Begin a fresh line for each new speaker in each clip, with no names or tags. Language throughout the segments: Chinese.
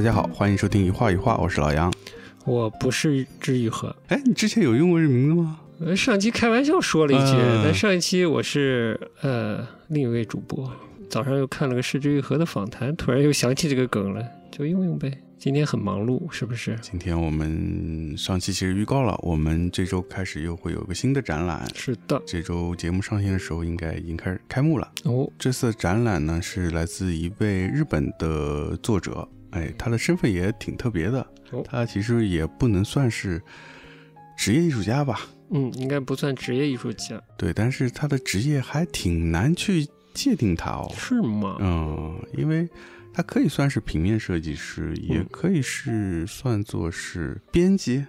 家好，欢迎收听一画一画，我是老杨。
我不是知愈合。
哎，你之前有用过这名字吗？
呃上期开玩笑说了一句，
嗯
但上一期我是呃另一位主播，早上又看了个失之愈合的访谈，突然又想起这个梗了，就用用呗。今天很忙碌，是不是？
今天我们上期其实预告了，我们这周开始又会有个新的展览。
是的，
这周节目上线的时候，应该已经开始开幕了。
哦，
这次的展览呢，是来自一位日本的作者，哎，他的身份也挺特别的
哦，
他其实也不能算是职业艺术家吧，
嗯，应该不算职业艺术家，
对，但是他的职业还挺难去界定他哦，
是吗？
嗯，因为他可以算是平面设计师，也可以是算作是编辑。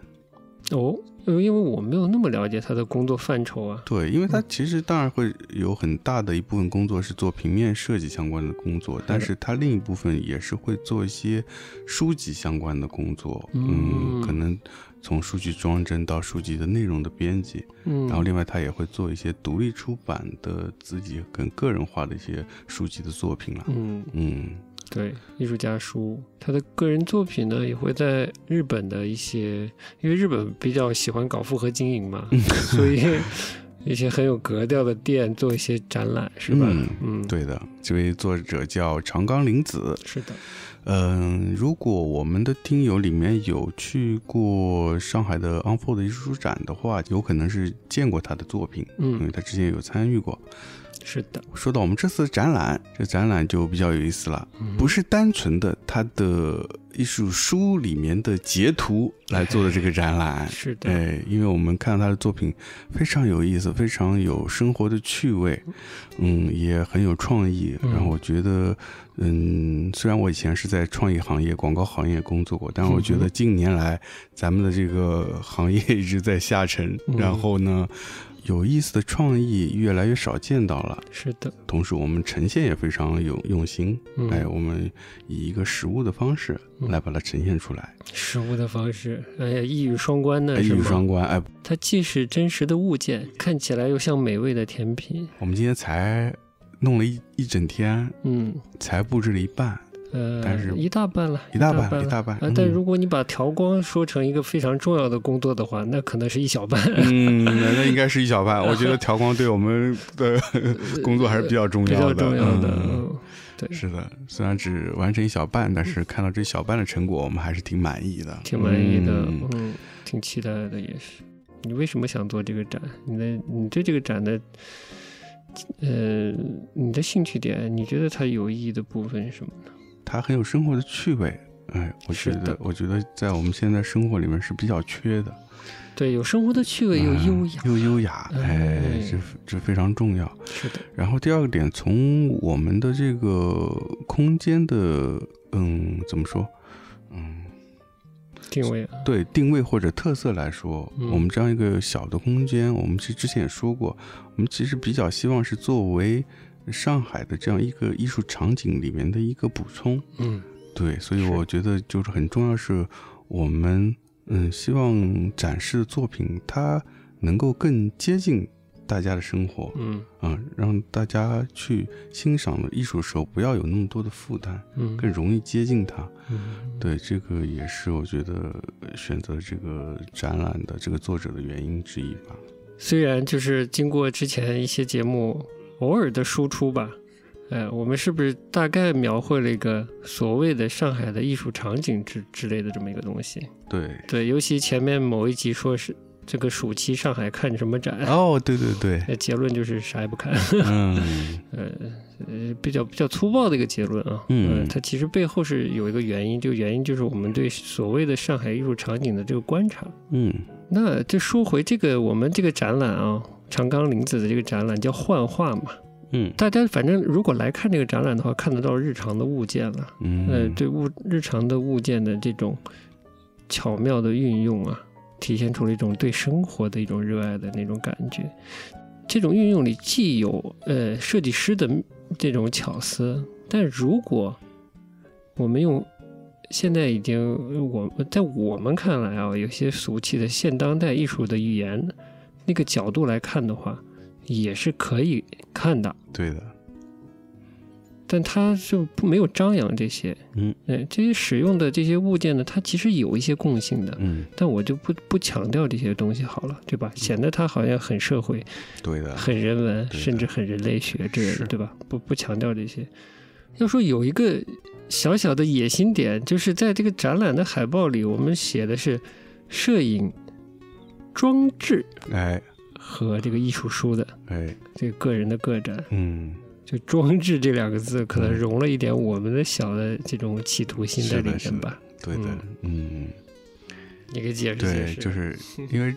哦，呃因为我没有那么了解他的工作范畴啊。
对，因为他其实当然会有很大的一部分工作是做平面设计相关的工作，但是他另一部分也是会做一些书籍相关的工作。嗯，
嗯
可能从书籍装帧到书籍的内容的编辑，
嗯，
然后另外他也会做一些独立出版的自己很个人化的一些书籍的作品了。
嗯，
嗯，
对，艺术家书，他的个人作品呢也会在日本的一些，因为日本比较喜欢搞复合经营嘛，
嗯
所以一些很有格调的店做一些展览，是吧？
嗯
嗯，
对的，这位作者叫长冈绫子。
是的，
嗯，如果我们的听友里面有去过上海的 Unfold 艺术展的话，有可能是见过他的作品，因为
嗯，
他之前有参与过。
是的，
说到我们这次的展览，这展览就比较有意思了，
嗯
不是单纯的他的艺术书里面的截图来做的这个展览，
是的，
哎，因为我们看到他的作品非常有意思，非常有生活的趣味，嗯，也很有创意。
嗯
然后我觉得，嗯，虽然我以前是在创意行业、广告行业工作过，但我
嗯
觉得近年来咱们的这个行业一直在下沉，
嗯
然后呢，有意思的创意越来越少见到了。
是的，
同时，我们呈现也非常有用心，
嗯，
哎，我们以一个实物的方式来把它呈现出来，
食物的方式，哎呀，一语双关呢，
哎一
是
语
吗？
双关，哎，
它既是真实的物件，看起来又像美味的甜品，
我们今天才弄了一一整天，
嗯，
才布置了一半，
呃，
但是
一大半了，
一大
半
半，
了
一大半。
啊，但如果你把调光说成一个非常重要的工作的话，那可能是一小半。
嗯，那那应该是一小半。我觉得调光对我们的工作还是比较重
比
要的，
较重要的，
嗯
嗯，对，
是的，虽然只完成一小半，但是看到这小半的成果，我们还是挺满意的，
挺满意的，
嗯
嗯挺期待的也是。你为什么想做这个展？你的你对这个展的，呃，你的兴趣点，你觉得它有意义的部分是什么？
它很有生活的趣味。哎，我觉
是
得
的，
我觉得在我们现在生活里面是比较缺的，
对，有生活的趣味，有优雅，
嗯又优雅，哎
哎，
这这非常重要。
是的，
然后第二个点，从我们的这个空间的，嗯，怎么说，嗯，
定位啊，
对定位或者特色来说，
嗯
我们这样一个小的空间，我们其实之前也说过，我们其实比较希望是作为上海的这样一个艺术场景里面的一个补充。
嗯，
对，所以
是
我觉得就是很重要，是我们嗯希望展示的作品，它能够更接近大家的生活。
嗯
啊，让大家去欣赏了艺术的时候，不要有那么多的负担，
嗯，
更容易接近它。
嗯，
对，这个也是我觉得呃选择这个展览的这个作者的原因之一吧。
虽然就是经过之前一些节目偶尔的输出吧，呃，我们是不是大概描绘了一个所谓的上海的艺术场景之之类的这么一个东西？
对，
对，尤其前面某一集说是这个暑期上海看什么展，
哦，对对 对，
那结论就是啥也不看，
嗯，
呃呃，比较比较粗暴的一个结论啊。
嗯
呃它其实背后是有一个原因，这个原因就是我们对所谓的上海艺术场景的这个观察。
嗯，
那就说回这个我们这个展览啊，长冈绫子的这个展览叫幻化嘛。
嗯，
大家反正如果来看这个展览的话，看得到日常的物件了。
嗯，
呃，对物日常的物件的这种巧妙的运用啊，体现出了一种对生活的一种热爱的那种感觉。这种运用里既有呃设计师的这种巧思，但如果我们用现在已经我在我们看来啊，有些俗气的现当代艺术的语言那个角度来看的话，也是可以看的。
对的，
但它就不没有张扬这些，
嗯，
对这些使用的这些物件呢，它其实有一些共性的，
嗯，
但我就不不强调这些东西好了，对吧？显得它好像很社会、
对的，
很人文，
啊对的
甚至很人类学之类
是
的，对吧？不不强调这些。要说有一个小小的野心点，就是在这个展览的海报里，我们写的是摄影装置
哎
和这个艺术书的
哎，
这个个人的个展，
嗯，
就“装置”这两个字，可能融了一点我们的小的这种企图心在里
是的是
面
的
吧。
对的，嗯，
你给解释解
对，
释，
就是因为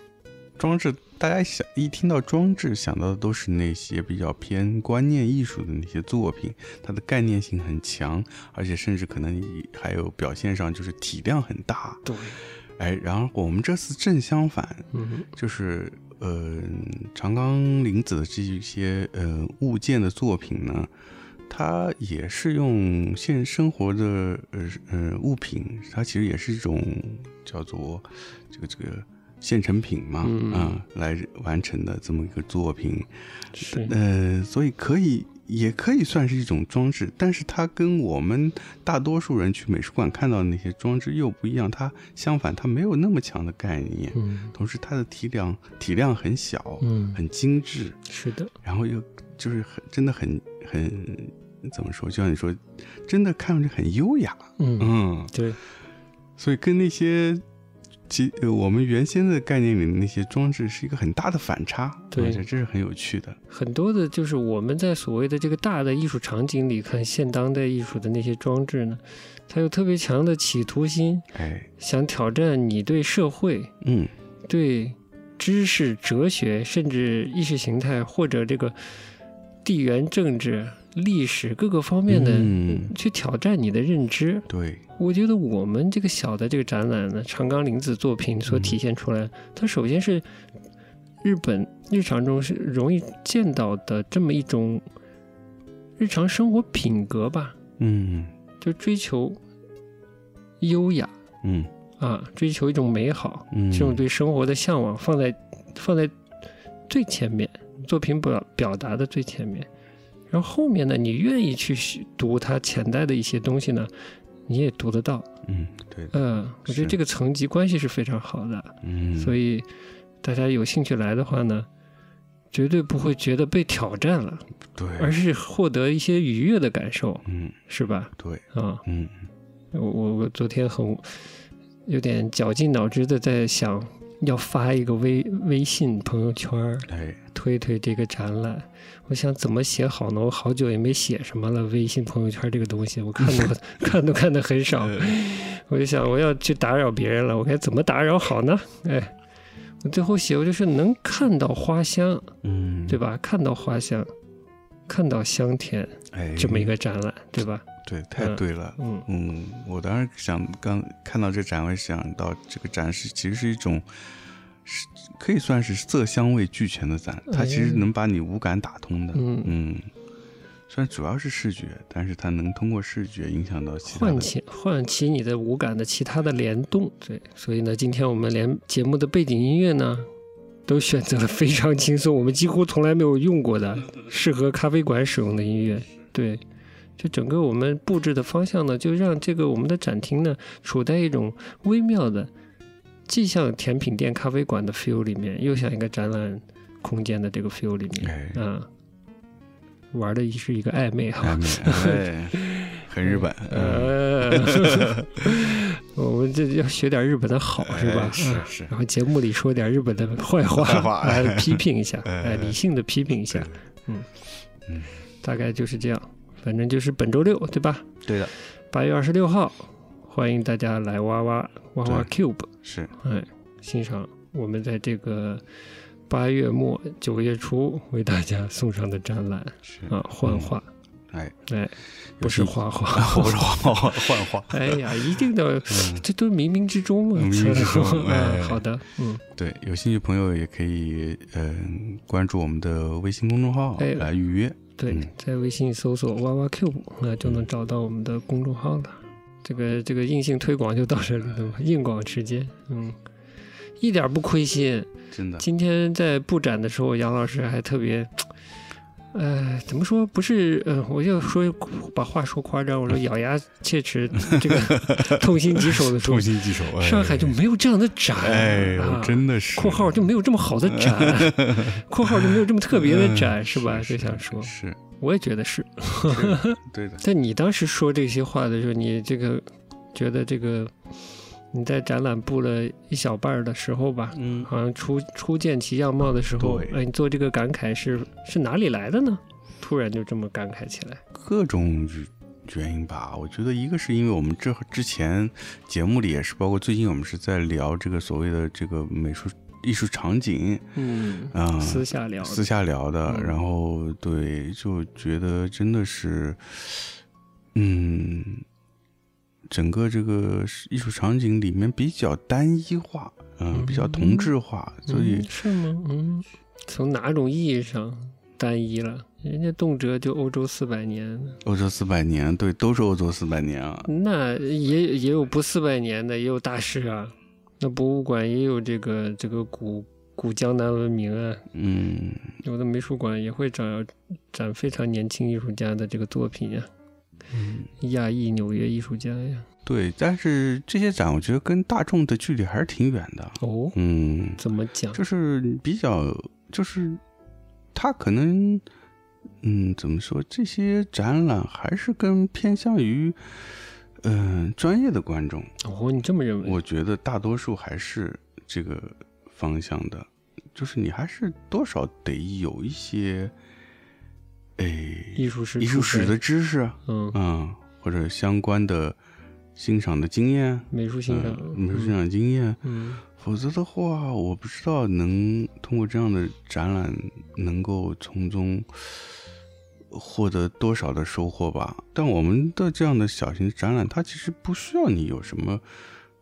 装置，大家想一听到装置，想到的都是那些比较偏观念艺术的那些作品，它的概念性很强，而且甚至可能还有表现上就是体量很大。
对，
哎，然后我们这次正相反，
嗯，
就是呃，长冈林子的这一些呃物件的作品呢，它也是用现生活的呃呃物品，它其实也是一种叫做这个这个现成品嘛啊、
嗯
来完成的这么一个作品。
是，
呃，所以可以。也可以算是一种装置，但是它跟我们大多数人去美术馆看到的那些装置又不一样，它相反，它没有那么强的概念。
嗯
同时它的体量体量很小，
嗯，
很精致，
是的，
然后又就是很真的很很怎么说？就像你说，真的看上去很优雅，
嗯，
嗯，
对，
所以跟那些。其呃我们原先的概念里的那些装置是一个很大的反差，
对
而且这是很有趣的，
很多的就是我们在所谓的这个大的艺术场景里看现当代艺术的那些装置呢，它有特别强的企图心，
哎，
想挑战你对社会、
嗯，
对知识、哲学，甚至意识形态或者这个地缘政治、历史各个方面的。
嗯，
去挑战你的认知，
对，
我觉得我们这个小的这个展览呢，长冈林子作品所体现出来，它首先是日本日常中是容易见到的这么一种日常生活品格吧，
嗯
就追求优雅
嗯
啊，追求一种美好，
嗯，
这种对生活的向往放在放在最前面，作品表表达的最前面。然后后面呢，你愿意去学读它潜在的一些东西呢，你也读得到。
嗯，对的，
嗯，我觉
是
得这个层级关系是非常好的，
嗯，
所
以
以大家有兴趣来的话呢，绝对不会觉得被挑战了，
对，
而是获得一些愉悦的感受，
嗯，
是吧？
对，
啊、
嗯
我我我昨天很有点绞尽脑汁的在想要发一个微微信朋友圈儿
哎，
推推这个展览，我想怎么写好呢？我好久也没写什么了，微信朋友圈这个东西，我看都看都看的很少。我就想，我要去打扰别人了，我该怎么打扰好呢？哎，我最后写，我就是能看到花香，
嗯，
对？吧？看到花香，看到香甜，
哎，
这么一个展览，对吧？
对，太
嗯
对了，
嗯，
嗯，我当时想刚看到这展，我也想到这个展是其实是一种，是可以算是色香味俱全的展，它其实能把你五感打通的。
嗯
虽然主要是视觉，但是它能通过视觉影响到其他
唤
的。
起唤起你的五感的其他的联动，对。所以呢，今天我们连节目的背景音乐呢，都选择了非常轻松，我们几乎从来没有用过的，适合咖啡馆使用的音乐，对。就整个我们布置的方向呢，就让这个我们的展厅呢，处在一种微妙的，既像甜品店、咖啡馆的 feel 里面，又像一个展览空间的这个 feel 里面，
哎，
啊，玩的是一个暧昧
暧
哈。
昧，哎，很日本，嗯
呃， 我们这要学点日本的好是吧嗯
哎？是是，
然后节目里说点日本的坏话，
坏话
来批评一下，
哎
哎，理性的批评一下，大概就是这样。反正就是本周六对吧？
对的，
八月二十六号，欢迎大家来挖挖挖挖 Cube，
是，
哎，欣赏我们在这个八月末九月初为大家送上的展览
是，
啊，幻化，
哎，
哎，不是花花，
我 不是 换换换话，
哎呀，一定的，
嗯
这都冥冥之中嘛，
冥冥之中哎
嗯，好的，嗯，
对，有兴趣朋友也可以嗯、关注我们的微信公众号
哎
来预约。
对
嗯，
在微信搜索“哇哇 Q”，那就能找到我们的公众号了。这个这个硬性推广就到这里 了，硬广时间，嗯，一点儿不亏心。
真的，
今天在布展的时候，杨老师还特别，呃，怎么说？不是，呃，我就说把话说夸张， 我说咬牙切齿，这个痛心疾首的说
痛，心疾首。哎
上海就没有这样的展，
哎，
啊
我真的是嗯
括号就没有这么好的 展，括号就没有这么特别的展，
嗯
是吧？
是
就想说，
是，
我也觉得是。
是对 的，
但你当时说这些话的时候，你这个觉得这个你在展览布了一小半儿的时候吧，
嗯
好像初初见其样貌的时候
对，
哎，你做这个感慨是是哪里来的呢？突然就这么感慨起来，
各种原因吧。我觉得一个是因为我们这之前节目里也是，包括最近我们是在聊这个所谓的这个美术艺术场景
嗯，
啊、
私下聊的，
私下聊的，
嗯
然后对，就觉得真的是，嗯，整个这个艺术场景里面比较单一化，嗯，比较同质化，所以
嗯是吗？嗯，从哪种意义上单一了？人家动辄就欧洲四百年，
欧洲四百年，对，都是欧洲四百年啊，
那也也有不四百年的，也有大师啊。那博物馆也有这个这个古古江南文明啊，
嗯，
有的美术馆也会展展非常年轻艺术家的这个作品呀、
嗯
亚裔纽约艺术家呀。
对，但是这些展我觉得跟大众的距离还是挺远的，
哦，
嗯，
怎么讲？
就是比较，就是他可能，嗯，怎么说？这些展览还是更偏向于，嗯、专业的观众。
哦，你这么认为？
我觉得大多数还是这个方向的，就是你还是多少得有一些，哎，
艺术史，
艺术史的，知识啊，
嗯，
嗯，或者相关的欣赏的经验，
美术欣
嗯、
赏，
美术欣赏经验，
嗯，
否则的话，我不知道能通过这样的展览，能够从中获得多少的收获吧。但我们的这样的小型展览，它其实不需要你有什么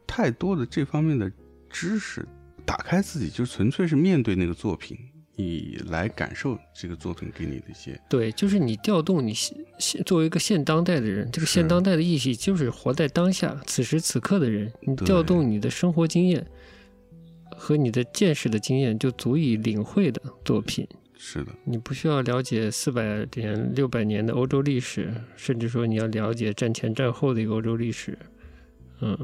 太多的这方面的知识，打开自己就纯粹是面对那个作品，你来感受这个作品给你的一些。
对，就是你调动你现现作为一个现当代的人，这个
是
现当代的意义就是活在当下、此时此刻的人，你调
对
动你的生活经验和你的见识的经验，就足以领会的作品。
是的，
你不需要了解四百年、六百年的欧洲历史，甚至说你要了解战前战后的一个欧洲历史，嗯，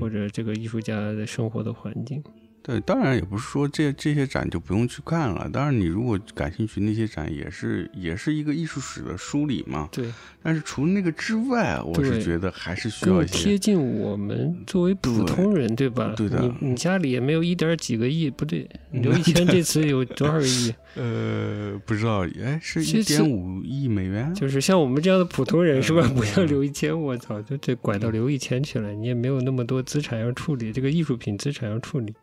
或
嗯，
者这个艺术家的生活的环境。
对，当然也不是说这这些展就不用去看了。当然，你如果感兴趣，那些展也是也是一个艺术史的梳理嘛。
对，
但是除了那个之外，我是
对
觉得还是需要
更
一
贴
些。
近我们作为普通人，对吧？
对的嗯
你你家里也没有一点几个亿，不对，刘一圈这次有多少个亿？
呃，不知道，哎，是
其
一
实
点五亿美元，
就是像我们这样的普通人，是吧
嗯？
不要刘一千，我操，就这拐到刘一千去了。你也没有那么多资产要处理，这个艺术品资产要处理。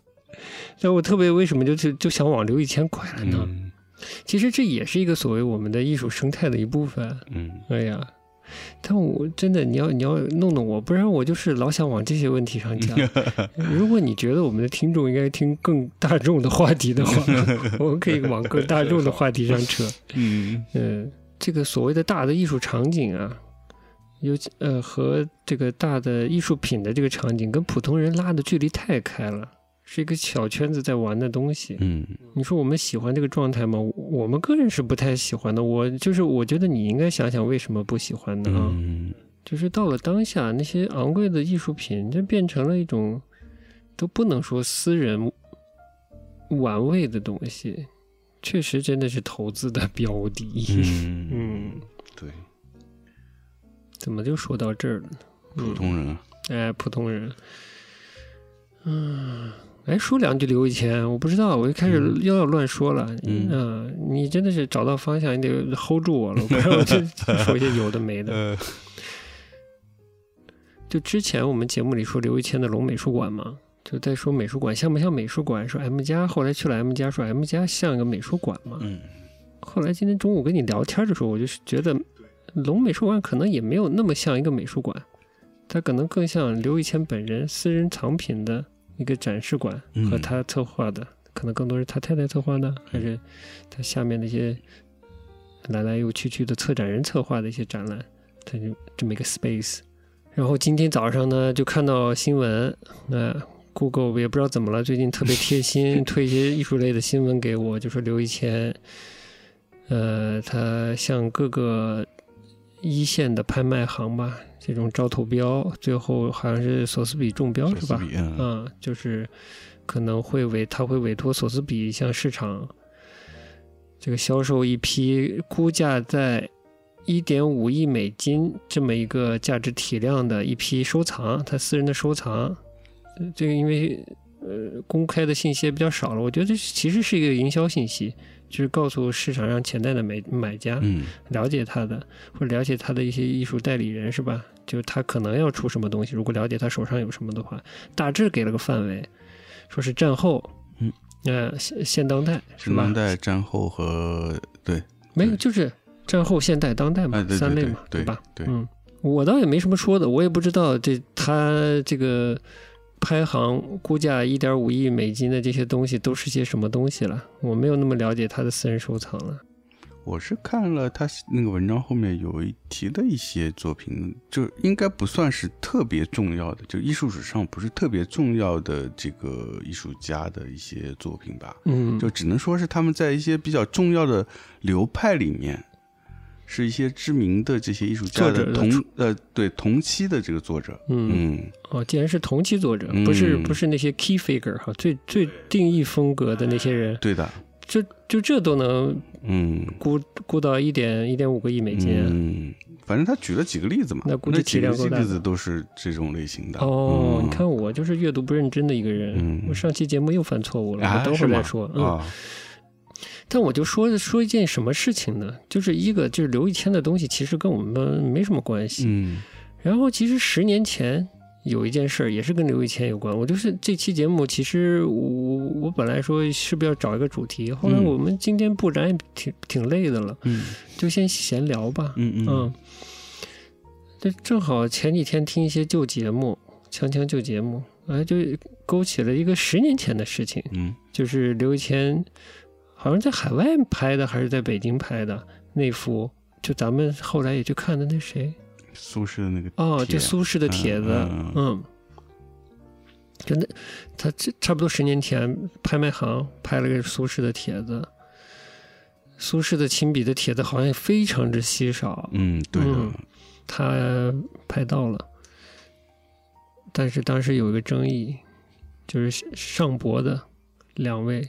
但我特别为什么就就就想往刘一千拐了呢？
嗯
其实这也是一个所谓我们的艺术生态的一部分。
嗯
哎呀，但我真的，你要你要弄弄我，不然我就是老想往这些问题上讲。如果你觉得我们的听众应该听更大众的话题的话，我们可以往更大众的话题上扯。
嗯
嗯，这个所谓的大的艺术场景啊，尤其呃和这个大的艺术品的这个场景，跟普通人拉的距离太开了，是一个小圈子在玩的东西。
嗯
你说我们喜欢这个状态吗？我我们个人是不太喜欢的。我就是我觉得你应该想想为什么不喜欢呢？啊、
嗯，
就是到了当下，那些昂贵的艺术品就变成了一种都不能说私人玩味的东西，确实真的是投资的标的。
嗯
嗯，
对，
怎么就说到这儿了呢？
普通人啊，
哎，普通人，嗯，哎，说两句刘一谦，我不知道，我就开始
嗯
又要乱说了。
嗯
啊你真的是找到方向，你得 hold 住我了， 不然我就说一些有的没的。
呃，
就之前我们节目里说刘一谦的龙美术馆嘛，就在说美术馆像不像美术馆，说 M 家，后来去了 M 家，说 M 家像个美术馆嘛。
嗯
后来今天中午跟你聊天的时候，我就是觉得龙美术馆可能也没有那么像一个美术馆，它可能更像刘一谦本人私人藏品的一个展示馆
嗯
和他策划的，可能更多是他太太策划的，还是他下面那些来来又去去的策展人策划的一些展览，他就这么一个 space。然后今天早上呢，就看到新闻，呃，Google 也不知道 怎么了，最近特别贴心，推一些艺术类的新闻给我，就说刘一谦呃，它像各个一线的拍卖行吧，这种招投标，最后好像是索斯比中标是吧？
比嗯
啊，就是可能会委他会委托索斯比向市场这个销售一批估价在一点五亿美金这么一个价值体量的一批收藏，他私人的收藏，呃这个因为呃公开的信息也比较少了，我觉得这其实是一个营销信息，就是告诉市场上潜在的买买家，
嗯
了解他的，或者了解他的一些艺术代理人是吧？就是他可能要出什么东西，如果了解他手上有什么的话，大致给了个范围，说是战后，
嗯，
呃，现现当代是
是
吧？
当代战后和对
没有，就是战后、现代、当代嘛，
哎对对
三类
对
嘛，
对
吧？
对
嗯，我倒也没什么说的，我也不知道这他这个拍行估价一点五亿美金的这些东西都是些什么东西了，我没有那么了解他的私人收藏了。
我是看了他那个文章后面有一提的一些作品，就应该不算是特别重要的，就艺术史上不是特别重要的这个艺术家的一些作品吧，
嗯，
就只能说是他们在一些比较重要的流派里面，是一些知名的这些艺术家
作者
的
的
同
出
呃对同期的这个作者，
嗯
嗯，
哦，既然是同期作者，不是
嗯
不是那些 key figure 哈，最最定义风格的那些人，
对的，
就就这都能
嗯。
估估到一点一点五个亿美金啊、
嗯，反正他举了几个例子嘛，
那估计
几
体
个
量够大
例子都是这种类型的。
哦，
嗯
你看我就是阅读不认真的一个人，
嗯
我上期节目又犯错误了，
啊
我等会
是
儿
吗
再说。嗯，
啊，
但我就说说一件什么事情呢？就是一个就是刘一谦的东西，其实跟我们没什么关系。
嗯
然后其实十年前有一件事儿也是跟刘以谦有关，我就是这期节目，其实我我我本来说是不是要找一个主题，后来
嗯
我们今天布展也挺挺累的了，
嗯
就先闲聊吧。
嗯
嗯，这正好前几天听一些旧节目，锵锵旧节目，哎，就勾起了一个十年前的事情，
嗯
就是刘以谦好像在海外拍的还是在北京拍的那幅，就咱们后来也去看的那谁。
苏轼的那个
哦，
帖
就苏轼的帖子，
嗯
嗯，就那他这差不多十年前，拍卖行拍了个苏轼的帖子，苏轼的亲笔的帖子好像也非常之稀少，
嗯对的
嗯，他拍到了，但是当时有一个争议，就是上博的两位，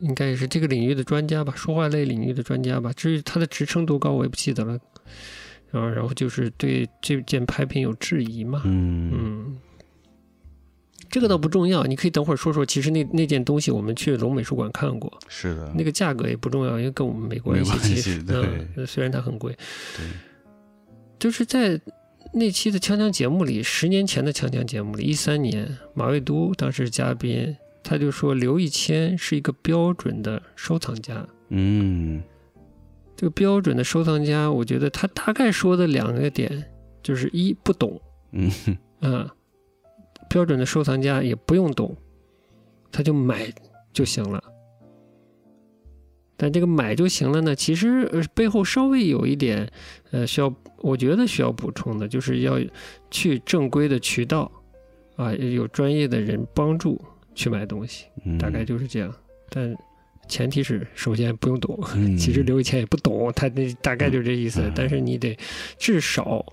应该也是这个领域的专家吧，说话类领域的专家吧。至于他的职称多高，我也不记得了。然后，然后就是对这件拍品有质疑嘛，
嗯
嗯，这个倒不重要，你可以等会儿说说。其实那那件东西我们去龙美术馆看过，
是的，
那个价格也不重要，因为跟我们没
嗯
关
没
系。
关
其
系
实，
对
嗯，虽然它很贵，
对，
就是在那期的锵锵节目里，十年前的锵锵节目里，一三年，马未都当时是嘉宾，他就说刘一谦是一个标准的收藏家。
嗯
这个标准的收藏家，我觉得他大概说的两个点，就是一不懂，
嗯
嗯，标准的收藏家也不用懂，他就买就行了。但这个买就行了呢，其实呃背后稍微有一点，呃，需要我觉得需要补充的，就是要去正规的渠道，啊，有专业的人帮助去买东西，
嗯，
大概就是这样。但前提是首先不用懂，
嗯
其实刘以谦也不懂，他那大概就是这意思。
嗯
但是你得至少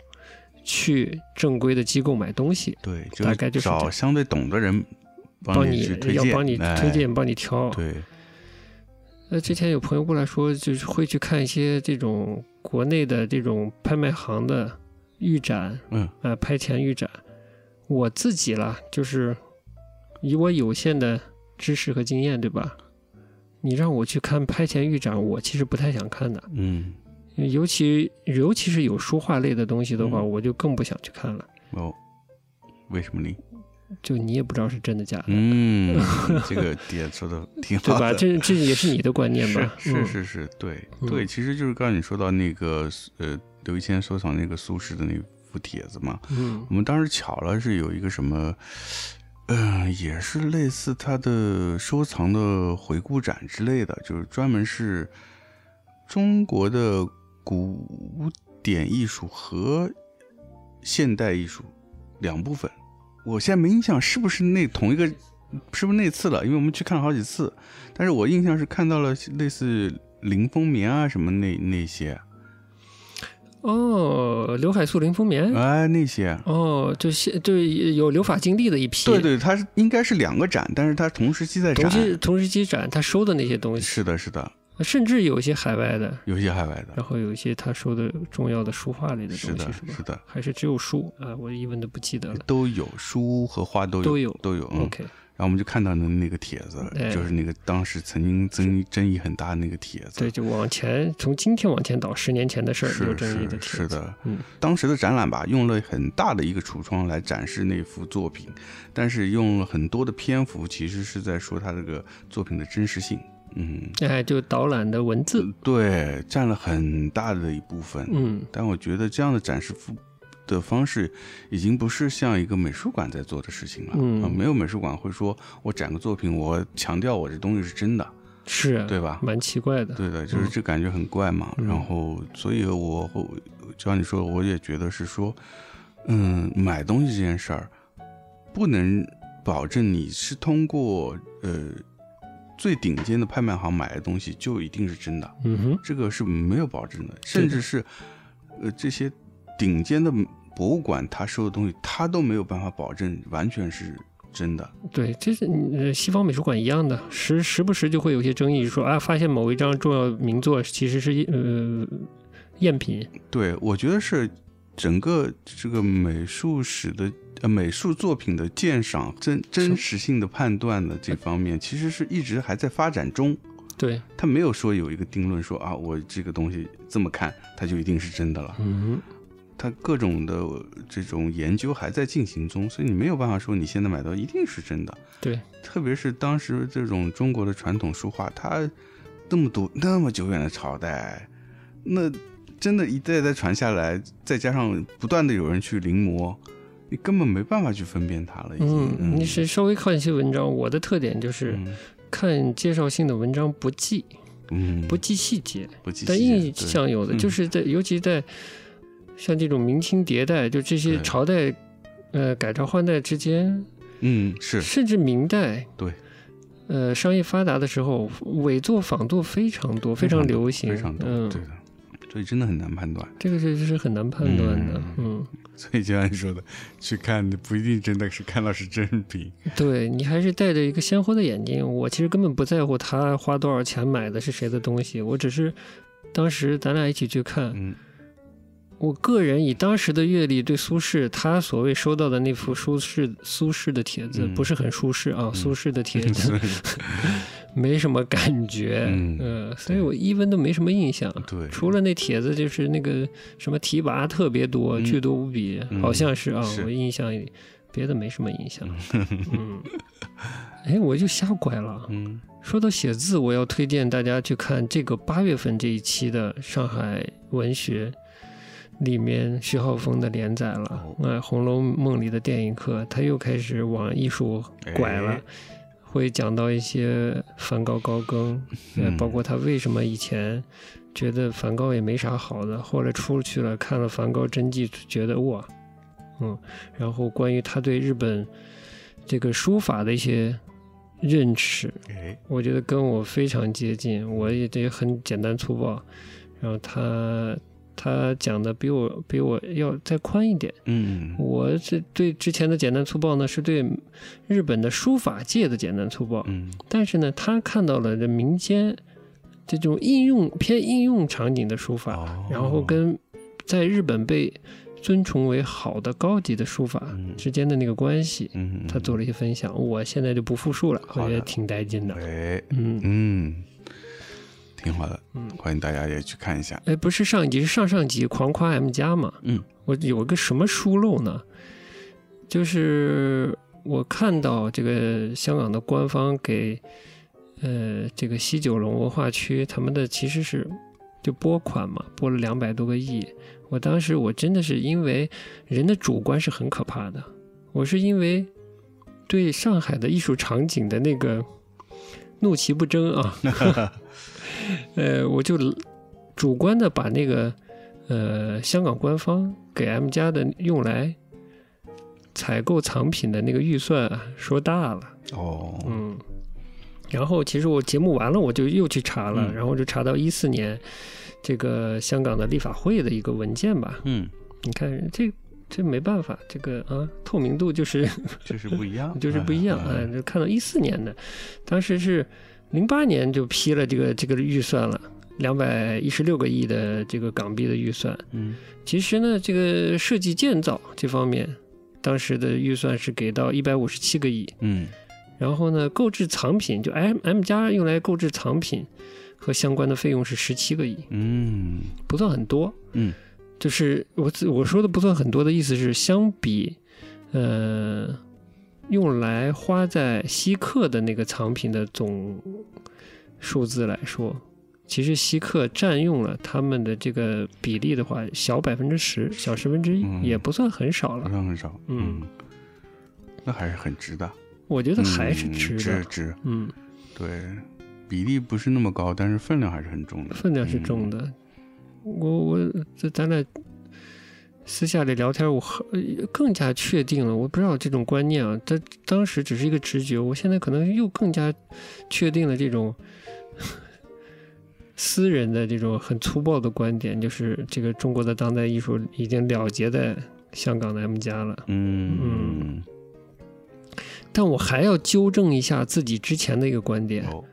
去正规的机构买东西，
对，
大概就是这样
找相对懂的人
帮
你去推
要
荐，
帮你
哎
推，荐，帮你挑。
对，
那之前有朋友过来说，就是会去看一些这种国内的这种拍卖行的预展，
嗯
呃，拍前预展。我自己啦，就是以我有限的知识和经验，对吧？你让我去看拍前预展，我其实不太想看的。
嗯
尤其尤其是有书画类的东西的话，
嗯
我就更不想去看了。
哦，为什么呢？
就你也不知道是真的假的，
嗯，这个点说的挺
对
好
吧？
的，
这这也是你的观念吧？
是是
嗯
是是，对
嗯
对，其实就是刚才你说到那个呃刘一谦收藏那个苏轼的那幅帖子嘛，
嗯
我们当时巧了是有一个什么。呃，也是类似他的收藏的回顾展之类的，就是专门是中国的古典艺术和现代艺术两部分。我现在没印象是不是那同一个，是不是那次了？因为我们去看了好几次，但是我印象是看到了类似林风眠啊什么那那些，啊
哦，刘海粟、林风眠，
哎那些，
哦，就现就有留法经历的一批，
对，对，它是应该是两个展，但是它同时期在
同
展，
时同时期展他收的那些东西，
是的，是的，
甚至有一些海外的，
有些海外的，
然后有一些他收的重要的书画类的
是
东西，
的，
是吧？
是的，
还是只有书啊？我一文都不记得了。
都有书和画都有
都有
都有，嗯。
OK，
然后我们就看到了那个帖子
哎，
就是那个当时曾经争议争议很大的那个帖子，
对，就往前从今天往前倒十年前的事儿，有
嗯是
争议的
是
帖
是
子。
的，
嗯，
当时的展览吧，用了很大的一个橱窗来展示那幅作品，但是用了很多的篇幅，其实是在说他这个作品的真实性。嗯，
哎，就导览的文字，
对，占了很大的一部分。
嗯，
但我觉得这样的展示方的方式，已经不是像一个美术馆在做的事情了。
嗯
啊没有美术馆会说我展个作品，我强调我这东西是真的，
是啊，
对吧？
蛮奇怪的。
对的，就是
嗯
这感觉很怪嘛。
嗯
然后，所以我会就像你说，我也觉得是说，嗯，买东西这件事儿，不能保证你是通过呃最顶尖的拍卖行买的东西就一定是真的，
嗯哼，
这个是没有保证的，甚至是呃这些顶尖的博物馆他收的东西，他都没有办法保证完全是真的。
对，这是呃西方美术馆一样的，时时不时就会有些争议，说啊，发现某一张重要名作其实是呃赝品，
对，我觉得是整个这个美术史的呃美术作品的鉴赏真真实性的判断的这方面，其实是一直还在发展中。
对，
他没有说有一个定论说啊，我这个东西这么看，它就一定是真的了。
嗯，
它各种的呃这种研究还在进行中，所以你没有办法说你现在买到一定是真的。
对，
特别是当时这种中国的传统书画，它那么多那么久远的朝代，那真的一代代传下来，再加上不断的有人去临摹，你根本没办法去分辨它了。已经，
嗯，你是稍微看一些文章，我的特点就是
嗯
看介绍性的文章不记，
嗯
不记细节，
不记
但
细节
印
对
象有的
嗯
就是在，尤其在像这种明清迭代，就这些
对
朝代，呃，改朝换代之间，
嗯是
甚至明代，
对，
呃，商业发达的时候，伪作仿作非常多，非常
多
流行，
非常多，
嗯，
对的，所以真的很难判断。
这个确实是很难判断的，嗯，
所以就像你说的，去看你不一定真的是看到是真品，
对你还是带着一个鲜活的眼睛。我其实根本不在乎他花多少钱买的是谁的东西，我只是当时咱俩一起去看，
嗯
我个人以当时的阅历对苏轼他所谓收到的那幅苏轼苏轼的帖子，
嗯
不是很舒适啊，苏轼的帖 子没什么感觉，
嗯
呃，所以我一文都没什么印象。
对，
除了那帖子，就是那个什么提拔特别多，
嗯
巨多无比，
嗯
好像是啊，
是
我印象里别的没什么印象。 嗯，哎，我就瞎拐了。
嗯
说到写字，我要推荐大家去看这个八月份这一期的《上海文学》里面徐浩峰的连载了
哦。
哎，《红楼梦》里的电影课，他又开始往艺术拐了
哎，
会讲到一些梵高、高更，呃
嗯，
包括他为什么以前觉得梵高也没啥好的，后来出去了看了梵高真迹，觉得哇，嗯，然后关于他对日本这个书法的一些认识，
哎
我觉得跟我非常接近，我也也很简单粗暴，然后他他讲的比我比我要再宽一点。
嗯
我这对之前的简单粗暴呢，是对日本的书法界的简单粗暴，
嗯
但是呢，他看到了这民间这种应用偏应用场景的书法，
哦
然后跟在日本被尊崇为好的高级的书法
嗯
之间的那个关系，
嗯
他做了一些分享，我现在就不复述了，我
好的
觉得挺带劲的。
哎
嗯，
嗯，挺好的，
嗯
欢迎大家也去看一下。
哎，不是上一集，是上上集，狂夸 M 加嘛。
嗯，
我有一个什么疏漏呢？就是我看到这个香港的官方给呃这个西九龙文化区他们的其实是就拨款嘛，拨了两百多个亿。我当时我真的是因为人的主观是很可怕的，我是因为对上海的艺术场景的那个怒其不争啊，呃，我就主观的把那个呃香港官方给 M 家的用来采购藏品的那个预算啊说大了，
哦，
嗯，然后其实我节目完了，我就又去查了，
嗯
然后就查到一四年这个香港的立法会的一个文件吧。
嗯，
你看这这没办法，这个啊透明度就是
就是不一样，
就是不一样啊，
哎
就看到一四年的，当时是零八年就批了这个这个预算了。两百一十六个亿的这个港币的预算，
嗯
其实呢，这个设计建造这方面，当时的预算是给到一百五十七个亿，
嗯
然后呢，购置藏品就 M M 家用来购置藏品和相关的费用是十七个亿，
嗯
不算很多。
嗯，
就是我自我说的不算很多的意思是，相比呃用来花在稀客的那个藏品的总数字来说，其实稀客占用了他们的这个比例的话，小百分之十，小十分之一，
嗯
也不算很少
好
了。
像很少，
嗯
嗯，那还是很值的，
我觉得还是
嗯
值
值
的。
值，
嗯，
对，比例不是那么高，但是分量还是很重的，
分量是重
的，
的。我我这咱俩私下里聊天，我很更加确定了。我不知道这种观念啊，这当时只是一个直觉，我现在可能又更加确定了这种 私人的这种很粗暴的观点，就是这个中国的当代艺术已经了结在香港的 M 家了。
嗯
但我还要纠正一下自己之前的一个观点。
哦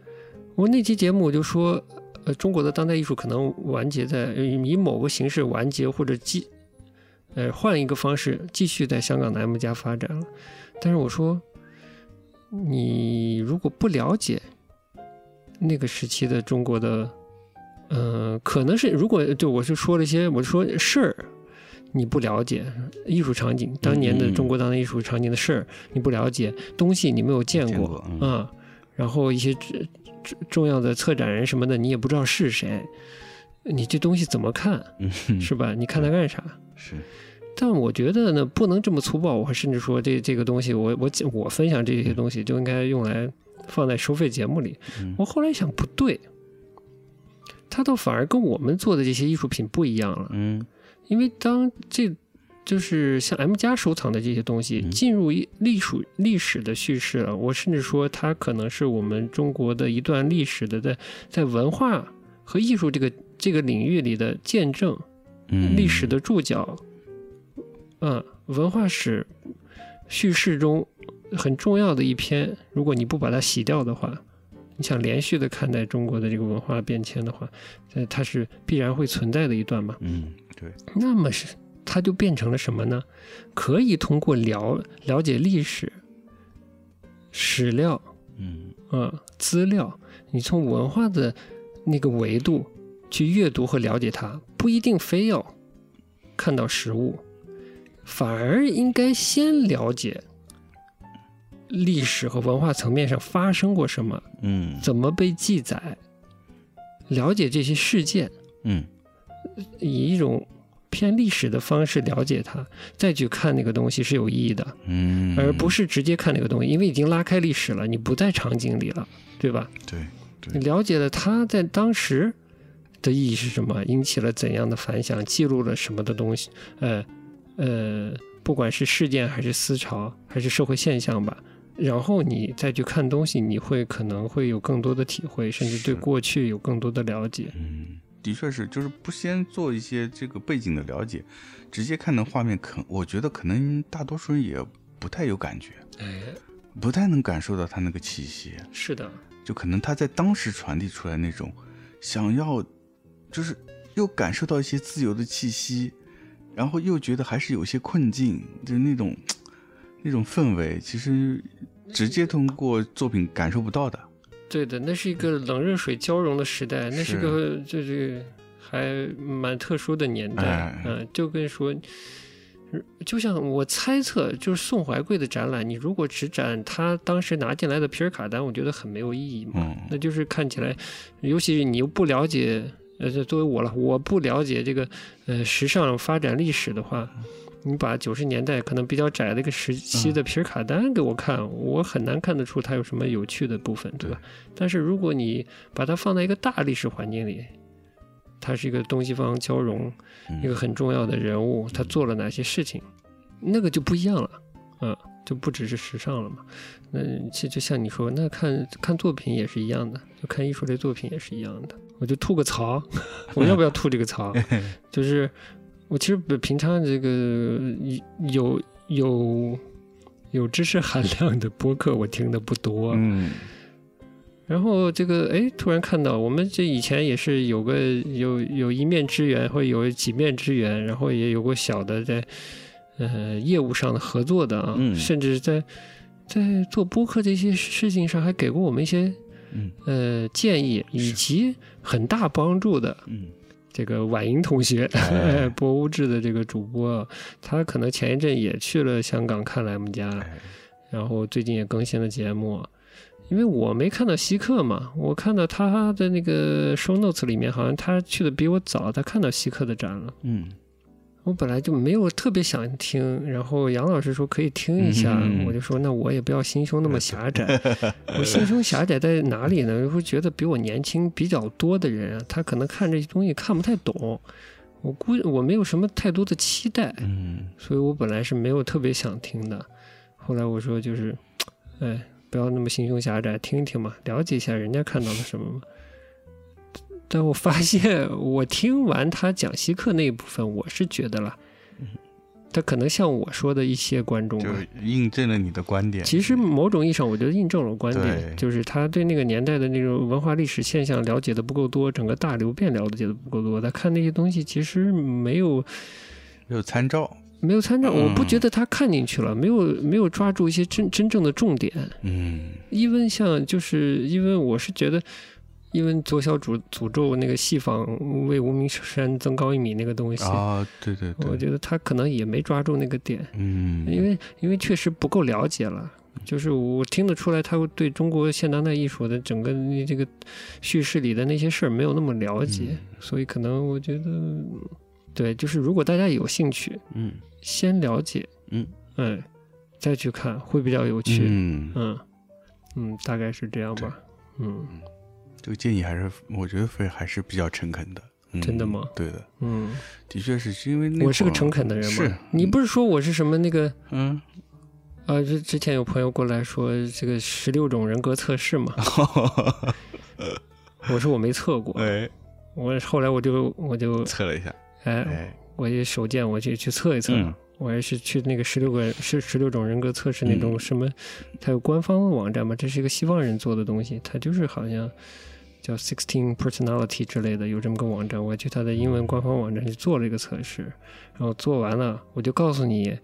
我那期节目我就说，呃，中国的当代艺术可能完结在呃以某个形式完结，或者继，呃，换一个方式继续在香港的 M 家发展了。但是我说，你如果不了解那个时期的中国的，呃，可能是如果就我就说了一些，我说事儿。你不了解艺术场景，当年的
嗯嗯嗯
中国当代艺术场景的事儿，你不了解东西，你没有见
见
过，
过，嗯
啊，然后一些重重重要的策展人什么的，你也不知道是谁，你这东西怎么看
嗯
是吧？你看它干啥？
是，
但我觉得呢，不能这么粗暴。我甚至说这这个东西，我我我分享这些东西就应该用来放在收费节目里。
嗯
我后来想不对，它倒反而跟我们做的这些艺术品不一样了。
嗯
因为当这就是像 M 家收藏的这些东西
嗯
进入一历史历史的叙事了，我甚至说它可能是我们中国的一段历史的在在文化和艺术这个这个领域里的见证，
嗯，
历史的注脚，嗯，文化史叙事中很重要的一篇。如果你不把它洗掉的话，你想连续的看待中国的这个文化变迁的话，呃，它是必然会存在的一段嘛。
嗯，对，
那么是它就变成了什么呢？可以通过了了解历史、史料、
嗯
呃资料，你从文化的那个维度去阅读和了解它，不一定非要看到实物，反而应该先了解历史和文化层面上发生过什么，
嗯
怎么被记载，了解这些事件。
嗯
以一种偏历史的方式了解它，再去看那个东西是有意义的，
嗯，
而不
是
是直接看那个东西，因为已经拉开历史了，你不在场景里了，对吧？
对，
你了解了它在当时的意义是什么，引起了怎样的反响，记录了什么的东西，呃呃，不管是事件还是思潮还是社会现象吧。然后你再去看东西，你会可能会有更多的体会，甚至
是
对过去有更多的了解。
嗯，的确是，就是不先做一些这个背景的了解，直接看到画面，可我觉得可能大多数人也不太有感觉，
哎，
不太能感受到他那个气息，
是的，
就可能他在当时传递出来那种想要，就是又感受到一些自由的气息，然后又觉得还是有些困境，就是那种那种氛围，其实直接通过作品感受不到的。
对的，那是一个冷热水交融的时代，那是
是
个就是还蛮特殊的年代。
哎
嗯、就跟说，就像我猜测，就是宋怀贵的展览，你如果只展他当时拿进来的皮尔卡丹，我觉得很没有意义嘛。
嗯
那就是看起来，尤其是你又不了解，呃，这作为我了，我不了解这个呃时尚发展历史的话，你把九十年代可能比较窄的一个时期的皮尔卡丹给我看，我很难看得出它有什么有趣的部分，对吧？但是如果你把它放在一个大历史环境里，它是一个东西方交融，
嗯
一个很重要的人物，他做了哪些事情，那个就不一样了。嗯，就不只是时尚了嘛。那就就像你说，那看看作品也是一样的，就看艺术类作品也是一样的。我就吐个槽， 我要不要吐这个槽？就是我其实平常这个有有有知识含量的播客，我听的不多。
嗯
然后这个哎，突然看到我们这以前也是有个有有一面之缘，或者有几面之缘，然后也有过小的在呃业务上的合作的啊，
嗯
甚至在在做播客这些事情上还给过我们一些
嗯
呃建议，以及很大帮助的
嗯
这个婉莹同学，
哎
博物志的这个主播，啊他可能前一阵也去了香港看莱姆家了。
哎
然后最近也更新了节目，因为我没看到稀客嘛，我看到他的那个 show notes 里面，好像他去的比我早，他看到稀客的展了。
嗯
我本来就没有特别想听，然后杨老师说可以听一下，
嗯
我就说那我也不要心胸那么狭窄。我心胸狭窄在哪里呢？我会觉得比我年轻比较多的人啊，他可能看这些东西看不太懂，我估我没有什么太多的期待，
嗯
所以我本来是没有特别想听的。后来我说就是，哎，不要那么心胸狭窄，听一听嘛，了解一下人家看到了什么嘛。但我发现，我听完他讲稀客那一部分，我是觉得啦，他可能像我说的一些观众吧
嗯就，印证了你的观点。
哎其实某种意义上，我觉得印证了我观
对
点，就是他对那个年代的那种文化历史现象了解的不够多，整个大流变了解的不够多。他看那些东西，其实没有
有参照，
没有参照，
嗯
我不觉得他看进去了，没有没有抓住一些真真正的重点。
嗯，
因为像就是因为我是觉得，因为左小诅诅咒那个戏仿为无名山增高一米那个东西，
啊，对对
我
对，
觉得他可能也没抓住那个点，
嗯，
因为因为确实不够了解了。就是我听得出来，他对中国现当代艺术的整个这个叙事里的那些事儿没有那么了解，
嗯
所以可能我觉得，对，就是如果大家有兴趣，
嗯
先了解，
嗯
嗯，再去看会比较有趣，
嗯，
嗯嗯，大概是这样吧，嗯
这个建议还是我觉得非还是比较诚恳的。嗯
真的吗
对的，
嗯，
的确是是因为那
我是个
会儿
诚恳的人嘛，
是
你不是说我是什么那个
嗯，
啊？就之前有朋友过来说这个十六种人格测 试嘛，我说我没测过，
哎，
我后来我就我就
测了一下，
哎，
哎，
我就手贱我去去测一测。
嗯
我也是去那个十六个是十六种人格测试那
嗯
种什么，它有官方网站嘛，这是一个西方人做的东西，它就是好像叫 Sixteen Personality 之类的，有这么个网站。我去它的英文官方网站去做了一个测试，然后做完了，我就告诉你，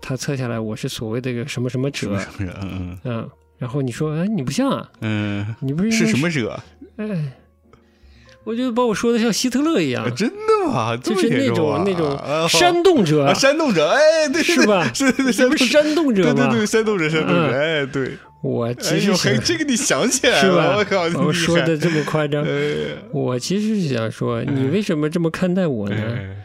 它测下来我是所谓的一个什么什么
什么
者，
什么人？嗯
嗯，然后你说，哎，你不像啊，
嗯
你不是
嗯，
应该
是什么惹？
哎，我就把我说的像希特勒一样
啊，真的吗？这么
就是那
严重啊
种那
啊
种煽动者
啊，煽动者，哎，对，对
是吧
对对对，
这
煽
不
动者。
是煽动者
对对
吗？
对，煽动者，煽动者，哎，
嗯
对，
我
哎
其
呦
实
嘿，
想
这个你想起来
是吧
了，我靠，
我哦说的
的，
这么夸 张，
哎
我其实是想说，你为什么这么看待我呢？
哎，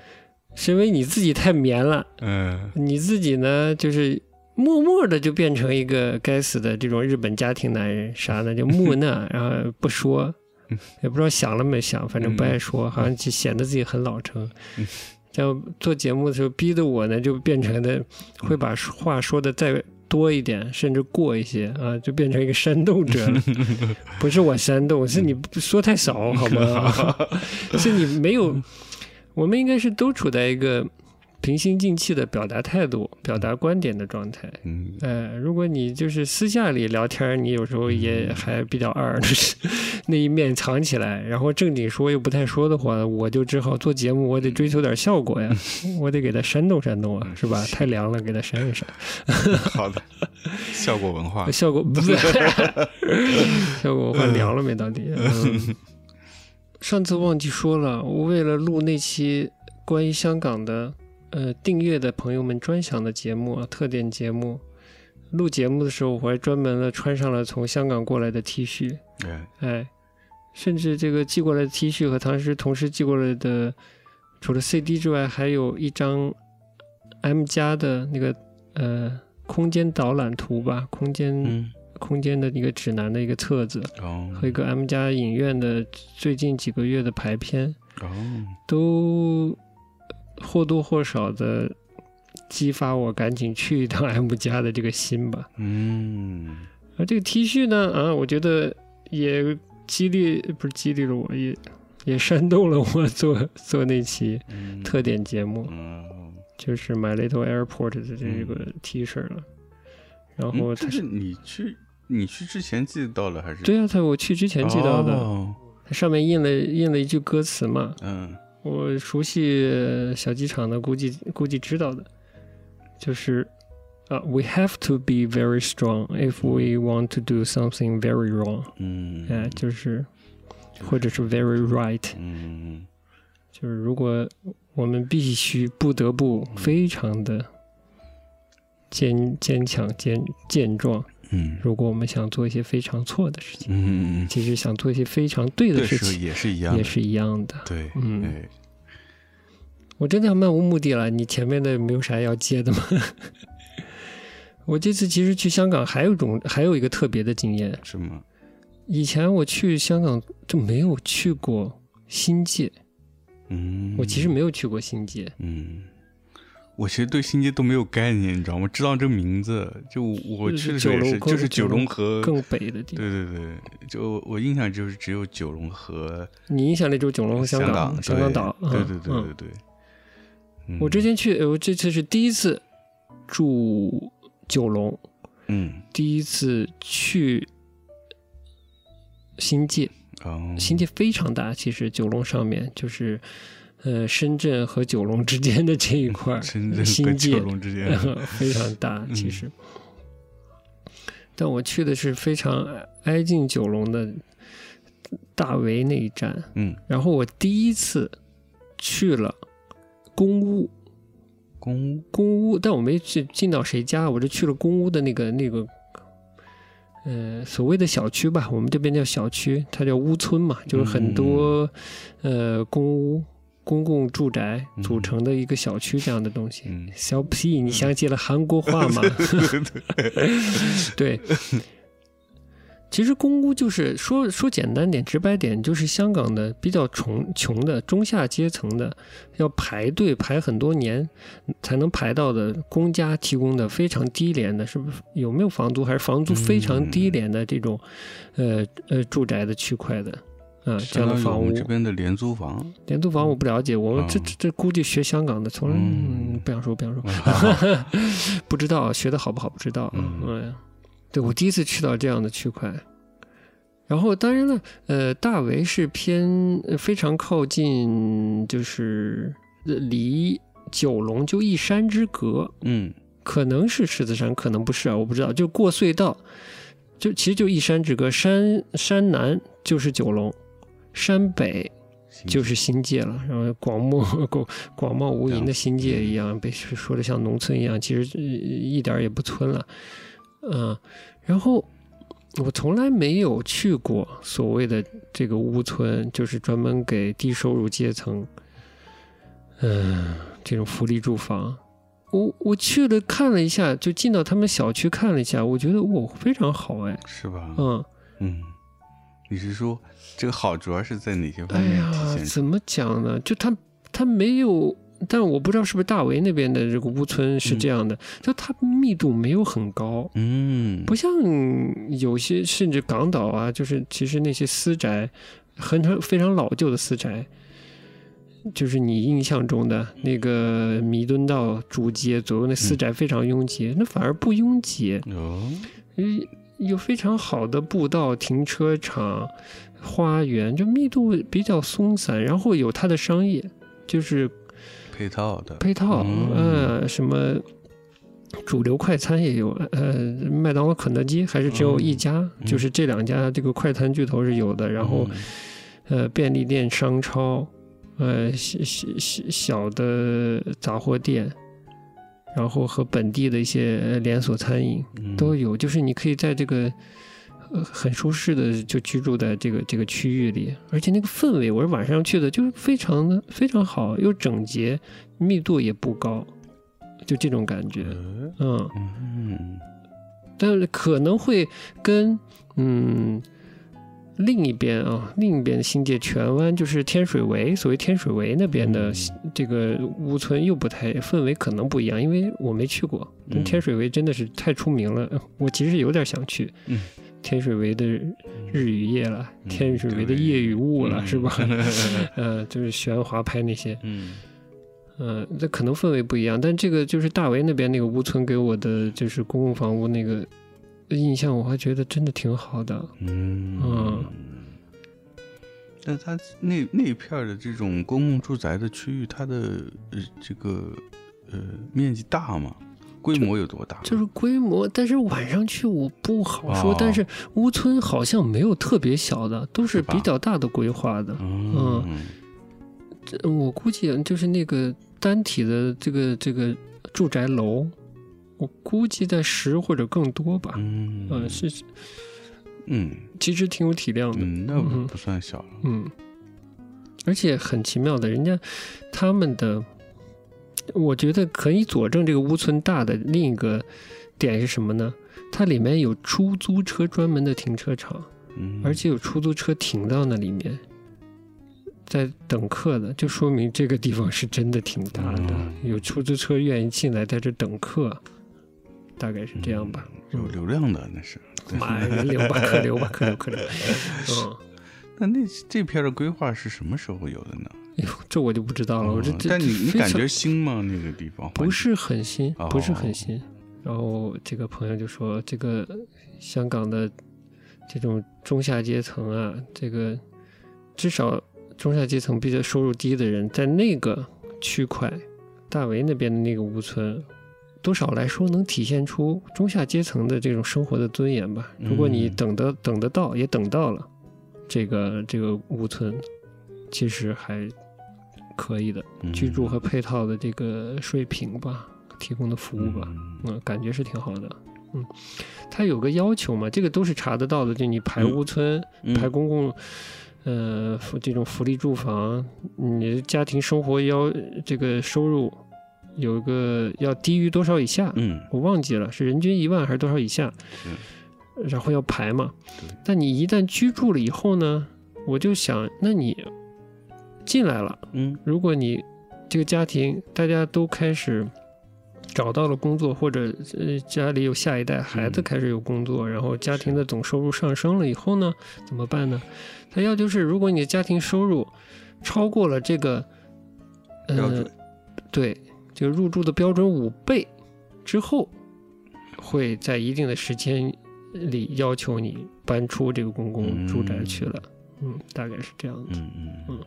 是因为你自己太绵了，
嗯，
你自己呢就是默默的就变成一个该死的这种日本家庭男人，啥的就木讷，然后不说，也不知道想了没想，反正不爱说，好像就显得自己很老成。 然后做节目的时候，逼得我呢就变成的会把话说的再多一点，甚至过一些啊，就变成一个煽动者了。不是我煽动，是你说太少，好吗？是你没有，我们应该是都处在一个平心静气的表达态度、表达观点的状态。
嗯，
呃，如果你就是私下里聊天儿，你有时候也还比较二，就是 那一面藏起来，然后正经说又不太说的话，我就只好做节目，我得追求点效果呀，我得给他煽动煽动啊，是吧？太凉了，给他煽一煽。
好的，效果文 化，
效果不是效果换凉了没？到底？嗯、上次忘记说了，我为了录那期关于香港的呃订阅的朋友们专享的节目啊，特点节目。录节目的时候，我还专门的穿上了从香港过来的 T 恤，
哎，
哎，甚至这个寄过来的 T 恤和唐诗同时寄过来的，除了 CD 之外，还有一张 M 加的那个呃空间导览图吧，空间、
嗯，
空间的一个指南的一个册子
哦，
和一个 M 加影院的最近几个月的排片，
哦，
都或多或少的激发我赶紧去一趟 M 家的这个心吧。
嗯
而这个 T 恤呢，啊，我觉得也激励，不是激励了我，也也煽动了我做做那期
嗯
特点节目，
嗯，
就是 My Little Airport 的这个 T 恤了。然后
嗯
他
这
是
是你去你去之前记到了还是？
对啊，他我去之前记到的，
哦
它上面印了印了一句歌词嘛，
嗯
我熟悉呃小机场的，估计估计知道的，就是啊、w e have to be very strong if we want to do something very wrong，
嗯，
哎、就是
就是
或者是 very right，
嗯
就是如果我们必须不得不
嗯
非常的坚坚强坚健壮，
嗯
如果我们想做一些非常错的事情，
嗯，
其实想做一些非常对的
对，
事
是
情
也是一样的，
也是一样的。
对，
嗯
哎
我真的漫无目的了，你前面的没有啥要接的吗？ 我这次其实去香港还有一种还有一个特别的经验，
是吗？
以前我去香港就没有去过新界，
嗯，
我其实没有去过新界，
嗯。我其实对新界都没有概念，你知道吗？知道这名字，就我
就是
去的时候也
九龙
是，
沟
就是
九
九龙
龙
河，
更北的地方。
对对对，就我印象就是只有九龙和
你印象里就是九龙和香港、香港岛。
对
嗯
对对
嗯
对对。嗯
我之前去，呃我这次是第一次住九龙，
嗯
第一次去新界。
哦
新界非常大，其实九龙上面就是，呃，深圳和九龙之间的这一块儿，
嗯深圳
新
跟
界
九龙之间 嗯
非常大，其实。但我去的是非常挨近九龙的大围那一站，
嗯，
然后我第一次去了公屋，
公 屋
公屋，但我没去进到谁家，我就去了公屋的那个那个，呃，所谓的小区吧，我们这边叫小区，它叫屋村嘛，就是很多、呃公屋、公共住宅组成的一个小区这样的东西。
嗯
小 P，你想起了韩国话吗？对。其实公屋就是说说简单点、直白点，就是香港的比较穷穷的中下阶层的，要排队排很多年才能排到的公家提供的非常低廉的，是不是有没有房租还是房租非常
嗯
低廉的这种，呃呃住宅的区块的啊、这
相
样的
当于
房
我
屋
们，这边的廉租房，
廉租房我不了解，我们这
嗯
这这估计学香港的从来、
嗯
嗯、不想说不想说，
啊
不知道学的好不好不知道啊。
嗯
嗯，对我第一次去到这样的区块，然后当然了，呃，大围是偏呃非常靠近，就是呃离九龙就一山之隔，
嗯
可能是狮子山，可能不是啊，我不知道。就过隧道，就其实就一山之隔，山山南就是九龙，山北
行
就是新界了，然后广漠 广广袤无垠的新界一样，被说的像农村一样，其实呃一点儿也不村了，嗯，然后我从来没有去过所谓的这个屋村，就是专门给低收入阶层，嗯、这种福利住房。我我去了看了一下，就进到他们小区看了一下，我觉得哇非常好哎，
是吧？
嗯，
嗯，你是说这个好主要是在哪些方
哎
面
呀
体，现出？
怎么讲呢？就他他没有，但我不知道是不是大围那边的这个屋村是这样的，就它密度没有很高，
嗯，
不像有些甚至港岛啊，就是其实那些私宅，很常非常老旧的私宅。就是你印象中的那个弥敦道主街左右那私宅非常拥挤，那反而不拥挤，
哦，
嗯，有非常好的步道、停车场、花园，就密度比较松散，然后有它的商业，就是
配套的，
配套，
嗯
呃，什么主流快餐也有，呃，麦当劳、肯德基还是只有一家，
嗯
就是这两家这个快餐巨头是有的，然后、
嗯
呃便利店、商超，呃小小小小的杂货店，然后和本地的一些呃连锁餐饮。
嗯
都有，就是你可以在这个呃很舒适的就居住在这个这个区域里，而且那个氛围，我是晚上去的，就是非常的非常好，又整洁，密度也不高，就这种感觉。
嗯
嗯，
嗯
但是可能会跟嗯另一边啊，另一边的新界荃湾就是天水围，所谓天水围那边
嗯
的这个屋村又不太氛围可能不一样，因为我没去过。但
嗯
天水围真的是太出名了，我其实有点想去。
嗯
天水围的日与夜了，
嗯
天水围的
对
夜与雾了，
嗯
是吧？呃，就是玄华拍那些，
嗯
嗯，那可能氛围不一样，但这个就是大为那边那个屋村给我的就是公共房屋那个印象，我还觉得真的挺好的。
嗯
嗯
但它那那一片儿的这种公共住宅的区域，它的呃这个呃面积大吗？规模有多大？
就是规模，但是晚上去我不好说。
哦
但是乌村好像没有特别小的，都是
是吧
比较大的规划的。
嗯
这我估计啊就是那个单体的这个这个住宅楼，我估计在十或者更多吧。
嗯
嗯，是
嗯
其实挺有体量的。
嗯，那
嗯
不算小了。
嗯，而且很奇妙的，人家他们的，我觉得可以佐证这个乌村大的另一个点是什么呢？它里面有出租车专门的停车场，
嗯，
而且有出租车停到那里面，在等客的，就说明这个地方是真的挺大的，
嗯
有出租车愿意进来在这等客，大概是这样吧。
有流量的那是。
妈呀，人流吧，客流吧，客流客流。 嗯，
那那这片儿的规划是什么时候有的呢？
哎呦，这我就不知道了，我这
哦
这
但你你
非
感
常
觉新吗？那个地方
不是很新，不是很
哦
新。然后这个朋友就说，这个香港的这种中下阶层啊，这个至少中下阶层比较收入低的人，在那个区块，大围那边的那个屋村。多少来说能体现出中下阶层的这种生活的尊严吧。如果你
嗯
等得等得到，也等到了，这个这个屋村其实还可以的。
嗯
居住和配套的这个水平吧，提供的服务吧，
嗯
嗯，感觉是挺好的。嗯，它有个要求嘛，这个都是查得到的，就你排
嗯
屋村、
嗯
排公共，呃，福这种福利住房，你的家庭生活要这个收入有一个要低于多少以下，
嗯
我忘记了是人均一万还是多少以下，然后要排嘛
对。
但你一旦居住了以后呢，我就想，那你进来了。
嗯
如果你这个家庭大家都开始找到了工作，或者呃家里有下一代，孩子
嗯
开始有工作，然后家庭的总收入上升了以后呢，怎么办呢？他要就是如果你的家庭收入超过了这个，
标
呃
准，
对，这个入住的标准五倍之后，会在一定的时间里要求你搬出这个公共住宅去了。嗯，大概是这样的。
嗯嗯
嗯
嗯。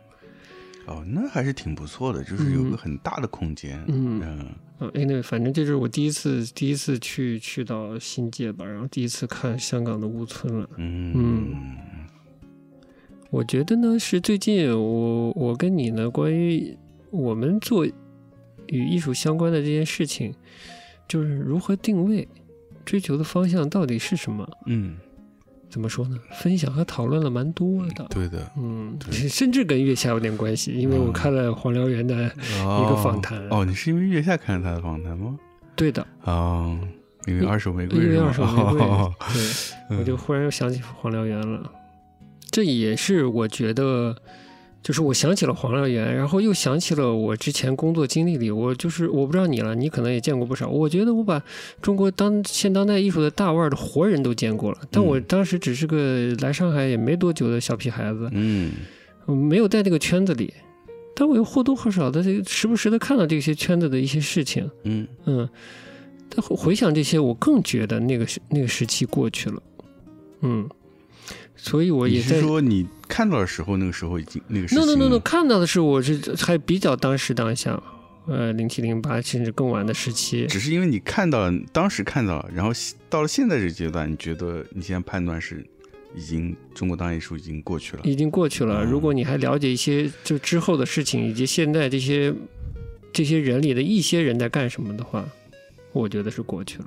哦，那还是挺不错的，就是有个很大的空间。
嗯
嗯
嗯，anyway，反正这就是我第一次第一次去去到新界吧，然后第一次看香港的屋村了。
嗯
嗯我觉得呢，是最近我我跟你呢，关于我们做与艺术相关的这件事情，就是如何定位，追求的方向到底是什么？
嗯，
怎么说呢？分享和讨论了蛮多的。
对的。
嗯，
对
甚至跟月下有点关系，因为我
嗯
看了黄燎原的，
一
嗯个访谈
哦，你是因为月下看了他的访谈吗？
对的，
哦，因为二手玫
嗯因
瑰是
为
吗，
二手玫 瑰，
哦
对，我就忽然又想起黄燎原了。这也是我觉得，就是我想起了黄燎原，然后又想起了我之前工作经历里，我就是我不知道你了，你可能也见过不少。我觉得我把中国当现当代艺术的大腕儿的活人都见过了，但我
嗯
当时只是个来上海也没多久的小屁孩子，
嗯
我没有在这个圈子里，但我又或多或少的时不时的看到这些圈子的一些事情，
嗯
嗯，但回回想这些，我更觉得那个时那个时期过去了，嗯，所以我
你
也
是
在。
说你看到的时候，那个时候已经那个时
no
期
no no no，看到的是我是还比较当时当下，呃，零七零八甚至更晚的时期，
只是因为你看到了当时看到了，然后到了现在这个阶段，你觉得你现在判断是已经中国当代艺术已经过去了。
已经过去了。
嗯
如果你还了解一些就之后的事情，以及现在这些这些人里的一些人在干什么的话，我觉得是过去了。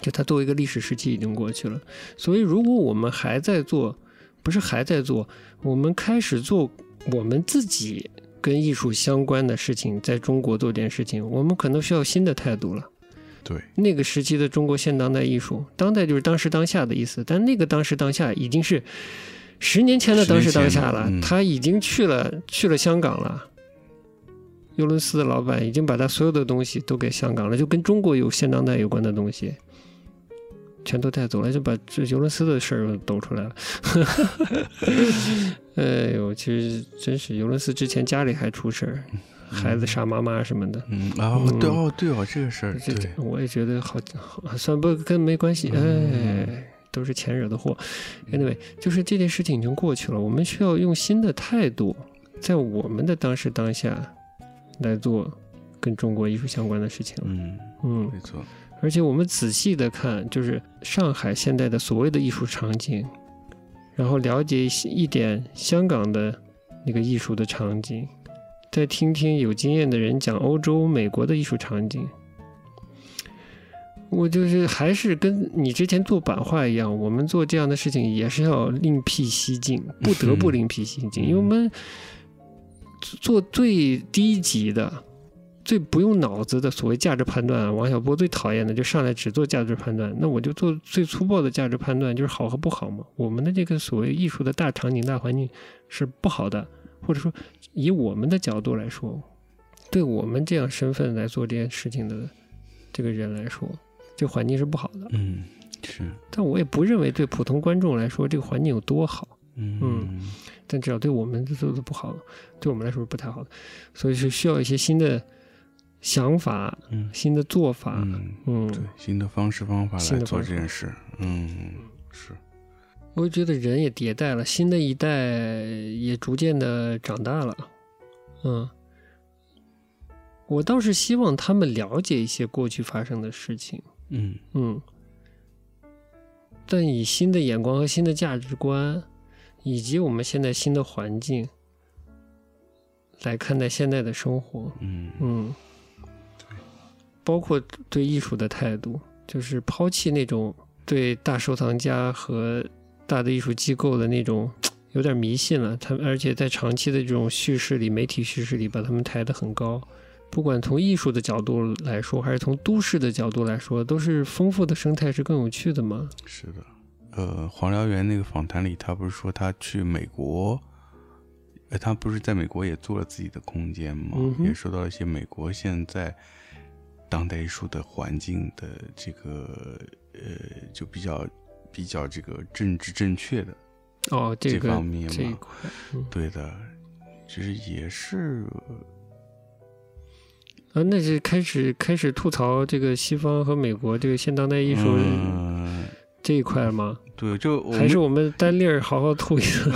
就它作为一个历史时期已经过去了，所以如果我们还在做，不是还在做，我们开始做我们自己跟艺术相关的事情，在中国做这件事情，我们可能需要新的态度了。
对，
那个时期的中国现当代艺术，当代就是当时当下的意思，但那个当时当下已经是十年前的
十年
当时当
前
下
的
了，
嗯
他已经去了去了香港了。尤伦斯的老板已经把他所有的东西都给香港了，就跟中国有现当代有关的东西，全都带走了，就把这尤伦斯的事儿又抖出来了。 哎呦，其实真是尤伦斯之前家里还出事儿，孩子杀妈妈什么的。
嗯，哦，对
嗯
哦，对哦，这个事儿，
这
对，
我也觉得好，好算不跟没关系，
嗯
哎，都是钱惹的祸。Anyway，就是这件事情已经过去了，我们需要用新的态度，在我们的当时当下来做跟中国艺术相关的事情了。
嗯，
嗯，
没错，
而且我们仔细的看，就是上海现在的所谓的艺术场景，然后了解一些一点香港的那个艺术的场景，再听听有经验的人讲欧洲、美国的艺术场景。我就是还是跟你之前做版画一样，我们做这样的事情也是要另辟蹊径，不得不另辟蹊径，因为我们做最低级的、最不用脑子的所谓价值判断啊，王小波最讨厌的就上来只做价值判断，那我就做最粗暴的价值判断，就是好和不好嘛。我们的这个所谓艺术的大场景、大环境是不好的，或者说以我们的角度来说，对我们这样身份来做这件事情的这个人来说，这环境是不好的。
嗯，是，
但我也不认为对普通观众来说这个环境有多好。
嗯
但至少对我们做的不好，对我们来说是不太好的，所以是需要一些新的想法、
嗯
新的做法，
嗯，
嗯，
对，新的方式方法
新
来
的
做
方式
这件事，嗯，是，
我觉得人也迭代了，新的一代也逐渐的长大了，嗯，我倒是希望他们了解一些过去发生的事情，
嗯
嗯，但以新的眼光和新的价值观，以及我们现在新的环境来看待现在的生活，
嗯
嗯，包括对艺术的态度，就是抛弃那种对大收藏家和大的艺术机构的那种有点迷信了。他们而且在长期的这种叙事里、媒体叙事里，把他们抬得很高。不管从艺术的角度来说，还是从都市的角度来说，都是丰富的生态是更有趣的嘛。
是的，呃，黄燎原那个访谈里，他不是说他去美国，呃，他不是在美国也做了自己的空间吗？
嗯哼
也受到了一些美国现在当代艺术的环境的这个呃，就比较比较这个政治正确的
哦，这
这
个
方面
这一
嘛
块，嗯
对的，其实也是
啊，那是开始开始吐槽这个西方和美国这个现当代艺术
嗯
这一块吗？
对，就我
还
们
是我们单粒儿好好吐一次，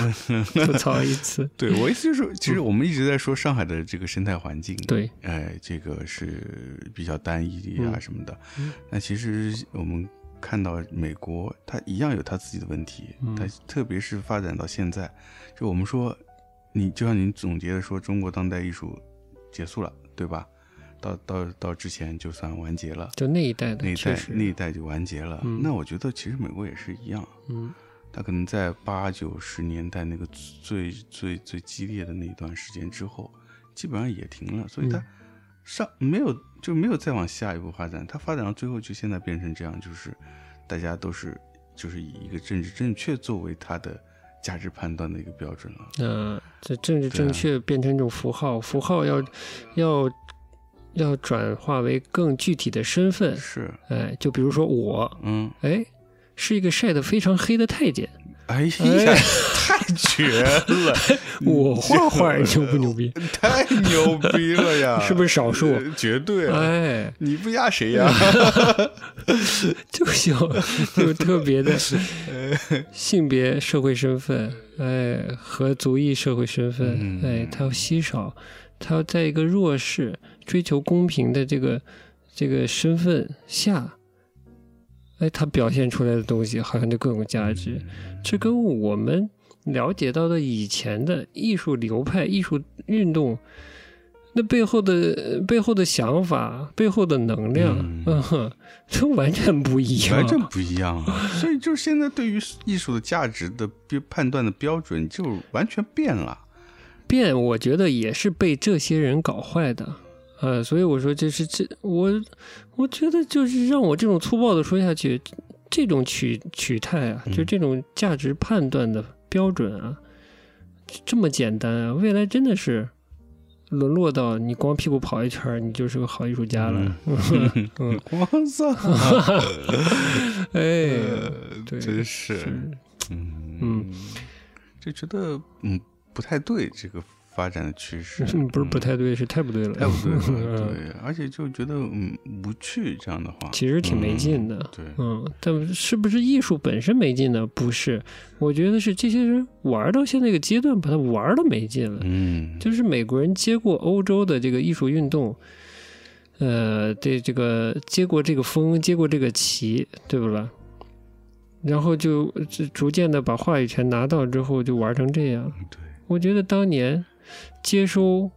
吐槽一次。
对我意思就 是，其实我们一直在说上海的这个生态环境，
对，
哎，这个是比较单一啊
嗯
什么的
嗯。
那、其实我们看到美国，它一样有它自己的问题，
嗯
它特别是发展到现在，就我们说，你就像您总结的说，中国当代艺术结束了，对吧？到到到之前就算完结了，
就那一代的，
那一
确
代
实，
那一代就完结了。
嗯
那我觉得其实美国也是一样，
嗯
他可能在八九十年代那个最最最激烈的那一段时间之后，基本上也停了，所以他
嗯
上、没有就没有再往下一步发展，他发展到最后就现在变成这样，就是大家都是就是以一个政治正确作为他的价值判断的一个标准了。
那这政治
对啊
正确变成一种符号，符号要要要转化为更具体的身份。
是，
哎，就比如说我，
嗯，
哎，是一个晒得非常黑的太监，
哎呀，
哎！
太绝了
我画画
你这
牛不牛逼？
嗯 太牛逼了呀！
是不是少数？
呃绝对啊！
哎，
你不压谁呀？
就是有有特别的 性别社会身份，哎，和族裔社会身份
嗯，
哎，他要稀少，他要在一个弱势、追求公平的这个这个身份下，哎，他表现出来的东西好像就更 有价值。这跟我们了解到的以前的艺术流派、艺术运动。那背后的背后的想法，背后的能量，
嗯
嗯哼， 都完全不一样，
完全不一样啊！ 所以就是现在对于艺术的价值的标判断的标准就完全变了。
变，我觉得也是被这些人搞坏的。呃，所以我说这是这我，我觉得就是让我这种粗暴的说下去，这种取取态啊，
嗯
就这种价值判断的标准啊，这么简单啊，未来真的是沦落到你光屁股跑一圈儿，你就是个好艺术家了。 嗯
光色，
哎，
呃
对
真是，
是
嗯
嗯，
就觉得嗯不太对这个发展的趋势，
嗯不是不太对，是太不对了，
太不对了，
嗯
对，而且就觉得嗯无趣这样的话，
其实挺没劲的。
对，
嗯，但是不是艺术本身没劲呢？不是，我觉得是这些人玩到现在这个阶段，把它玩的没劲了。
嗯，
就是美国人接过欧洲的这个艺术运动，呃，这这个接过这个风，接过这个旗，对不啦？然后就就逐渐的把话语权拿到之后，就玩成这样。
对，
我觉得当年接收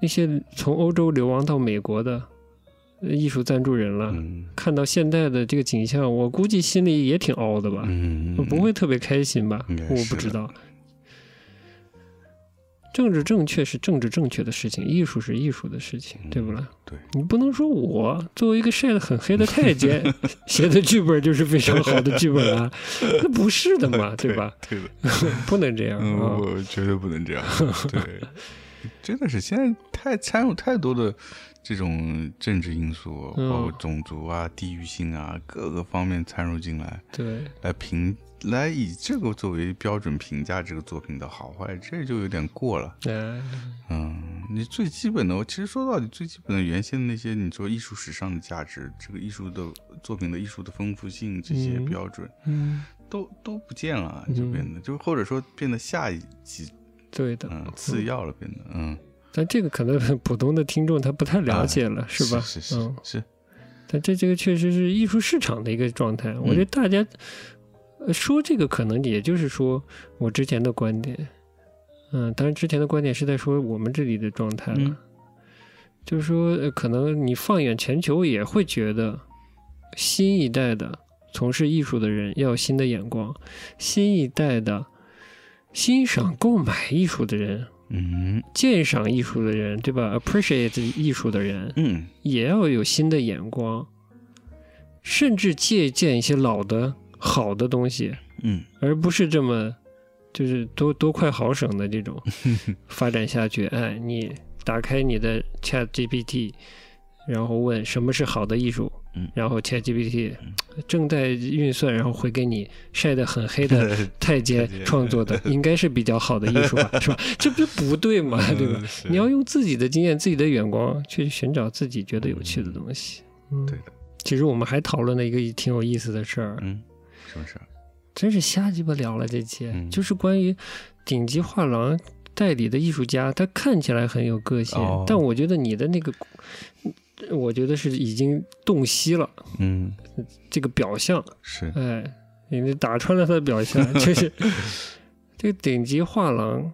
那些从欧洲流亡到美国的呃艺术赞助人了，
嗯
看到现在的这个景象，我估计心里也挺凹的吧，
嗯，
不会特别开心吧？
应该
我
是
不知
的
道。政治正确是政治正确的事情，艺术是艺术的事情，对不啦？
嗯对，
你不能说我作为一个晒得很黑的太 监写的剧本就是非常好的剧本啊，那不是的嘛，对吧？？
对的，
不能这样
嗯，
啊！
我绝对不能 这样。对，真的是现在太掺入太多的这种政治因素，
嗯
包括种族啊、地域性啊各个方面掺入进来，
对，
来评来以这个作为标准评价这个作品的好坏，这就有点过了。
哎，
嗯，你最基本的，我其实说到底最基本的原先的那些，你说艺术史上的价值，这个艺术的作品的艺术的丰富性这些
嗯
标准，
嗯，
都都不见了，啊就变得、就或者说变得下一级
对的。
嗯次要了，变得嗯
但这个可能普通的听众他不太了解了，是吧？
是是
嗯
是，是
但这这个确实是艺术市场的一个状态。我觉得大家呃说这个，可能也就是说我之前的观点，嗯，当然之前的观点是在说我们这里的状态了，
嗯
就是说、呃可能你放眼全球也会觉得新一代的从事艺术的人要有新的眼光，新一代的欣赏、购买艺术的人。
嗯
鉴赏艺术的人，对吧？appreciate 艺术的人，
嗯
也要有新的眼光，甚至借鉴一些老的好的东西，
嗯
而不是这么就是多多快好省的这 种发展下去。哎，你打开你的 Chat GPT，然后问什么是好的艺术
嗯，
然后 Chat GPT 正在运算，然后回给你晒得很 黑的太
太
监
监
创作 的，应该是比较好的艺术吧，是吧？这不不对嘛，对吧？？
嗯是
你要用自己的经验、自己的眼光去寻找自己觉得有趣的东西。嗯
对的，
其实我们还讨论了一个挺有意思的事儿，
嗯，什么事儿？
真是瞎鸡巴聊了这期，
嗯
就是关于顶级画廊代理的艺术家，他看起来很有个性，
哦
但我觉得你的那个，我觉得是已经洞悉了
嗯，
这个表象，
是
哎，你打穿了他的 表象，就是这个顶级画廊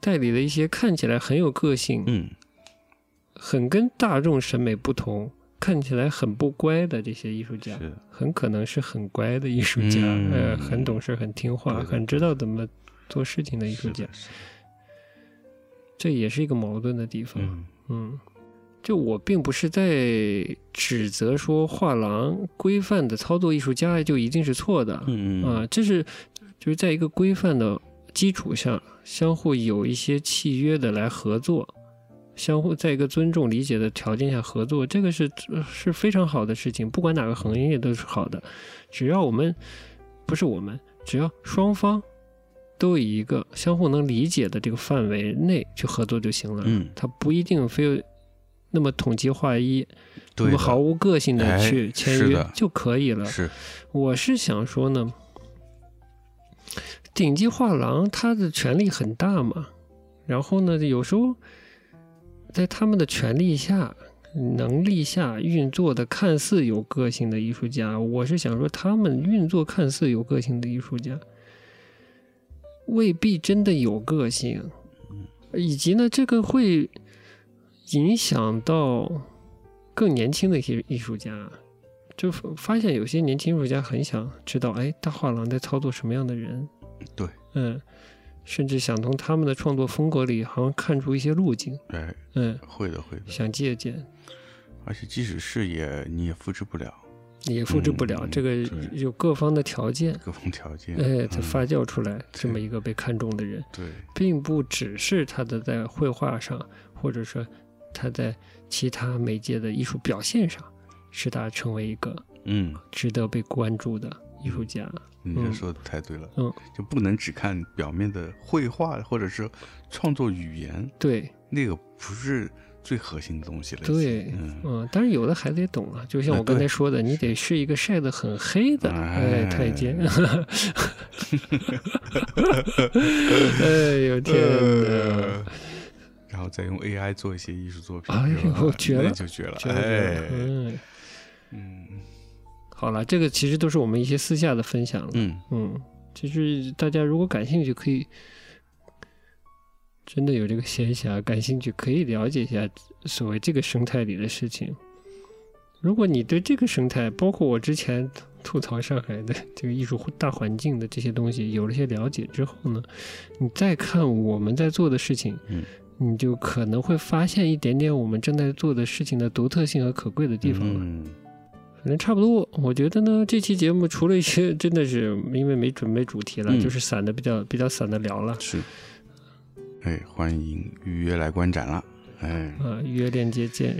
代理的一些看起来很有个性，
嗯
很跟大众审美不同，看起来很不乖的这些艺术家
是，的，
很可能是很乖的艺术家，
嗯
呃，很懂事、很听话、
对的
很知道怎么做事情的艺术
是
家
的，，是的
这也是一个矛盾的地方。
嗯
嗯，就我并不是在指责说画廊规范的操作艺术家就一定是错的，
嗯
啊，这是就是在一个规范的基础上，相互有一些契约的来合作，相互在一个尊重理解的条件下合作，这个是呃是非常好的事情，不管哪个行业都是好的，只要我们不是我们，只要双方都以一个相互能理解的这个范围内去合作就行了，
嗯，
它不一定非要那么统级划一，那
对
么
的，
毫无个性的
哎
去签
是
约
的
就可以了。
是
我是想说呢，顶级画廊它的权力很大嘛，然后呢，有时候在他们的权力下、能力下运作的看似有个性的艺术家，我是想说，他们运作看似有个性的艺术家，未必真的有个性，以及呢，这个会影响到更年轻的一些艺术家。就发发现有些年轻艺术家很想知道，哎，大画廊在操作什么样的人？
对，
嗯，甚至想从他们的创作风格里，好像看出一些路径，
哎，
嗯，
会的会的，
想借鉴，
而且即使是也你也复制不了，
也复制不了，
嗯
这个
对
有各方的条件，
各种条件，
哎，
嗯
才发酵出来这
对
么一个被看中的人，
对，
并不只是他的在绘画上，或者说他在其他媒介的艺术表现上，使他成为一个
嗯，
值得被关注的艺术家。
你这
嗯
说的太对了，
嗯，
就不能只看表面的绘画或者是创作语言，
对
那个不是最核心的东西了。已经
对，
嗯，
嗯，当然有的孩子也懂了，就像
哎
我刚
对
才说的，你得是一个晒得很黑的
哎
哎 太监。哎呦天哪！
呃然后再用 AI 做一些艺术作品，
哎呦
是吧
绝
那
了
就绝了，
就是
哎，
嗯，
嗯
好了，这个其实都是我们一些私下的分享了。
嗯，
嗯，就是大家如果感兴趣，可以真的有这个闲暇，感兴趣可以了解一下所谓这个生态里的事情。如果你对这个生态，包括我之前吐槽上海的这个艺术大环境的这些东西有了些了解之后呢，你再看我们在做的事情，
嗯
你就可能会发现一点点我们正在做的事情的独特性和可贵的地方了。
嗯
反正差不多，我觉得呢，这期节目除了一些 真的是因为没准备主题了，
嗯
就是散的比较比较散的聊了。
是，哎，欢迎预约来观展了，哎，
呃，预约链接见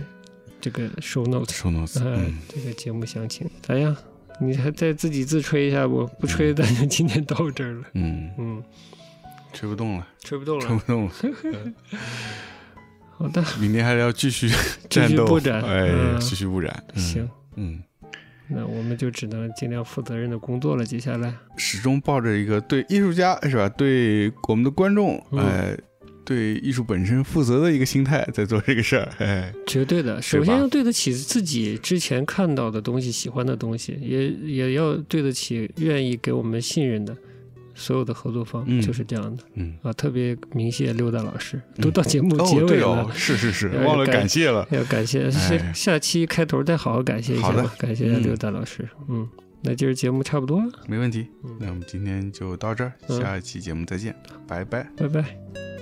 这个 show note，
收 notes，
呃，
嗯，
这个节目详情咋样？你还再自己自吹一下不？不吹，咱就今天到这儿了。
嗯，
嗯，
吹不 动了，
吹不动
吹
了
不。动了，
好的，
明天还要继续
继
战
续
斗，
布展。
哎，
嗯
继续布展，嗯
行，，
嗯，
那我们就只能尽量负责任的工作了。接下来，
始终抱着一个对艺术家是吧，对我们的观众，
嗯
哎，对艺术本身负责的一个心态在做这个事儿，哎，
绝对的，
对
首
吧
先要对得起自己之前看到的东西、喜欢的东西，也也要对得起愿意给我们信任的所有的合作方，
嗯
就是这样的
嗯。
啊。特别鸣谢六大老师，
嗯
都到节目结
哦，
尾
对
了，
哦，是是是，
呃
忘了
感
感谢了。
要感谢。
哎
下下期开头再好好感谢一下
好的
吧，感谢一下
嗯
六大老师。嗯，那今儿节目差不多了，
没问题，
嗯
那我们今天就到这儿，
嗯
下一期节目再见，拜拜。
拜拜。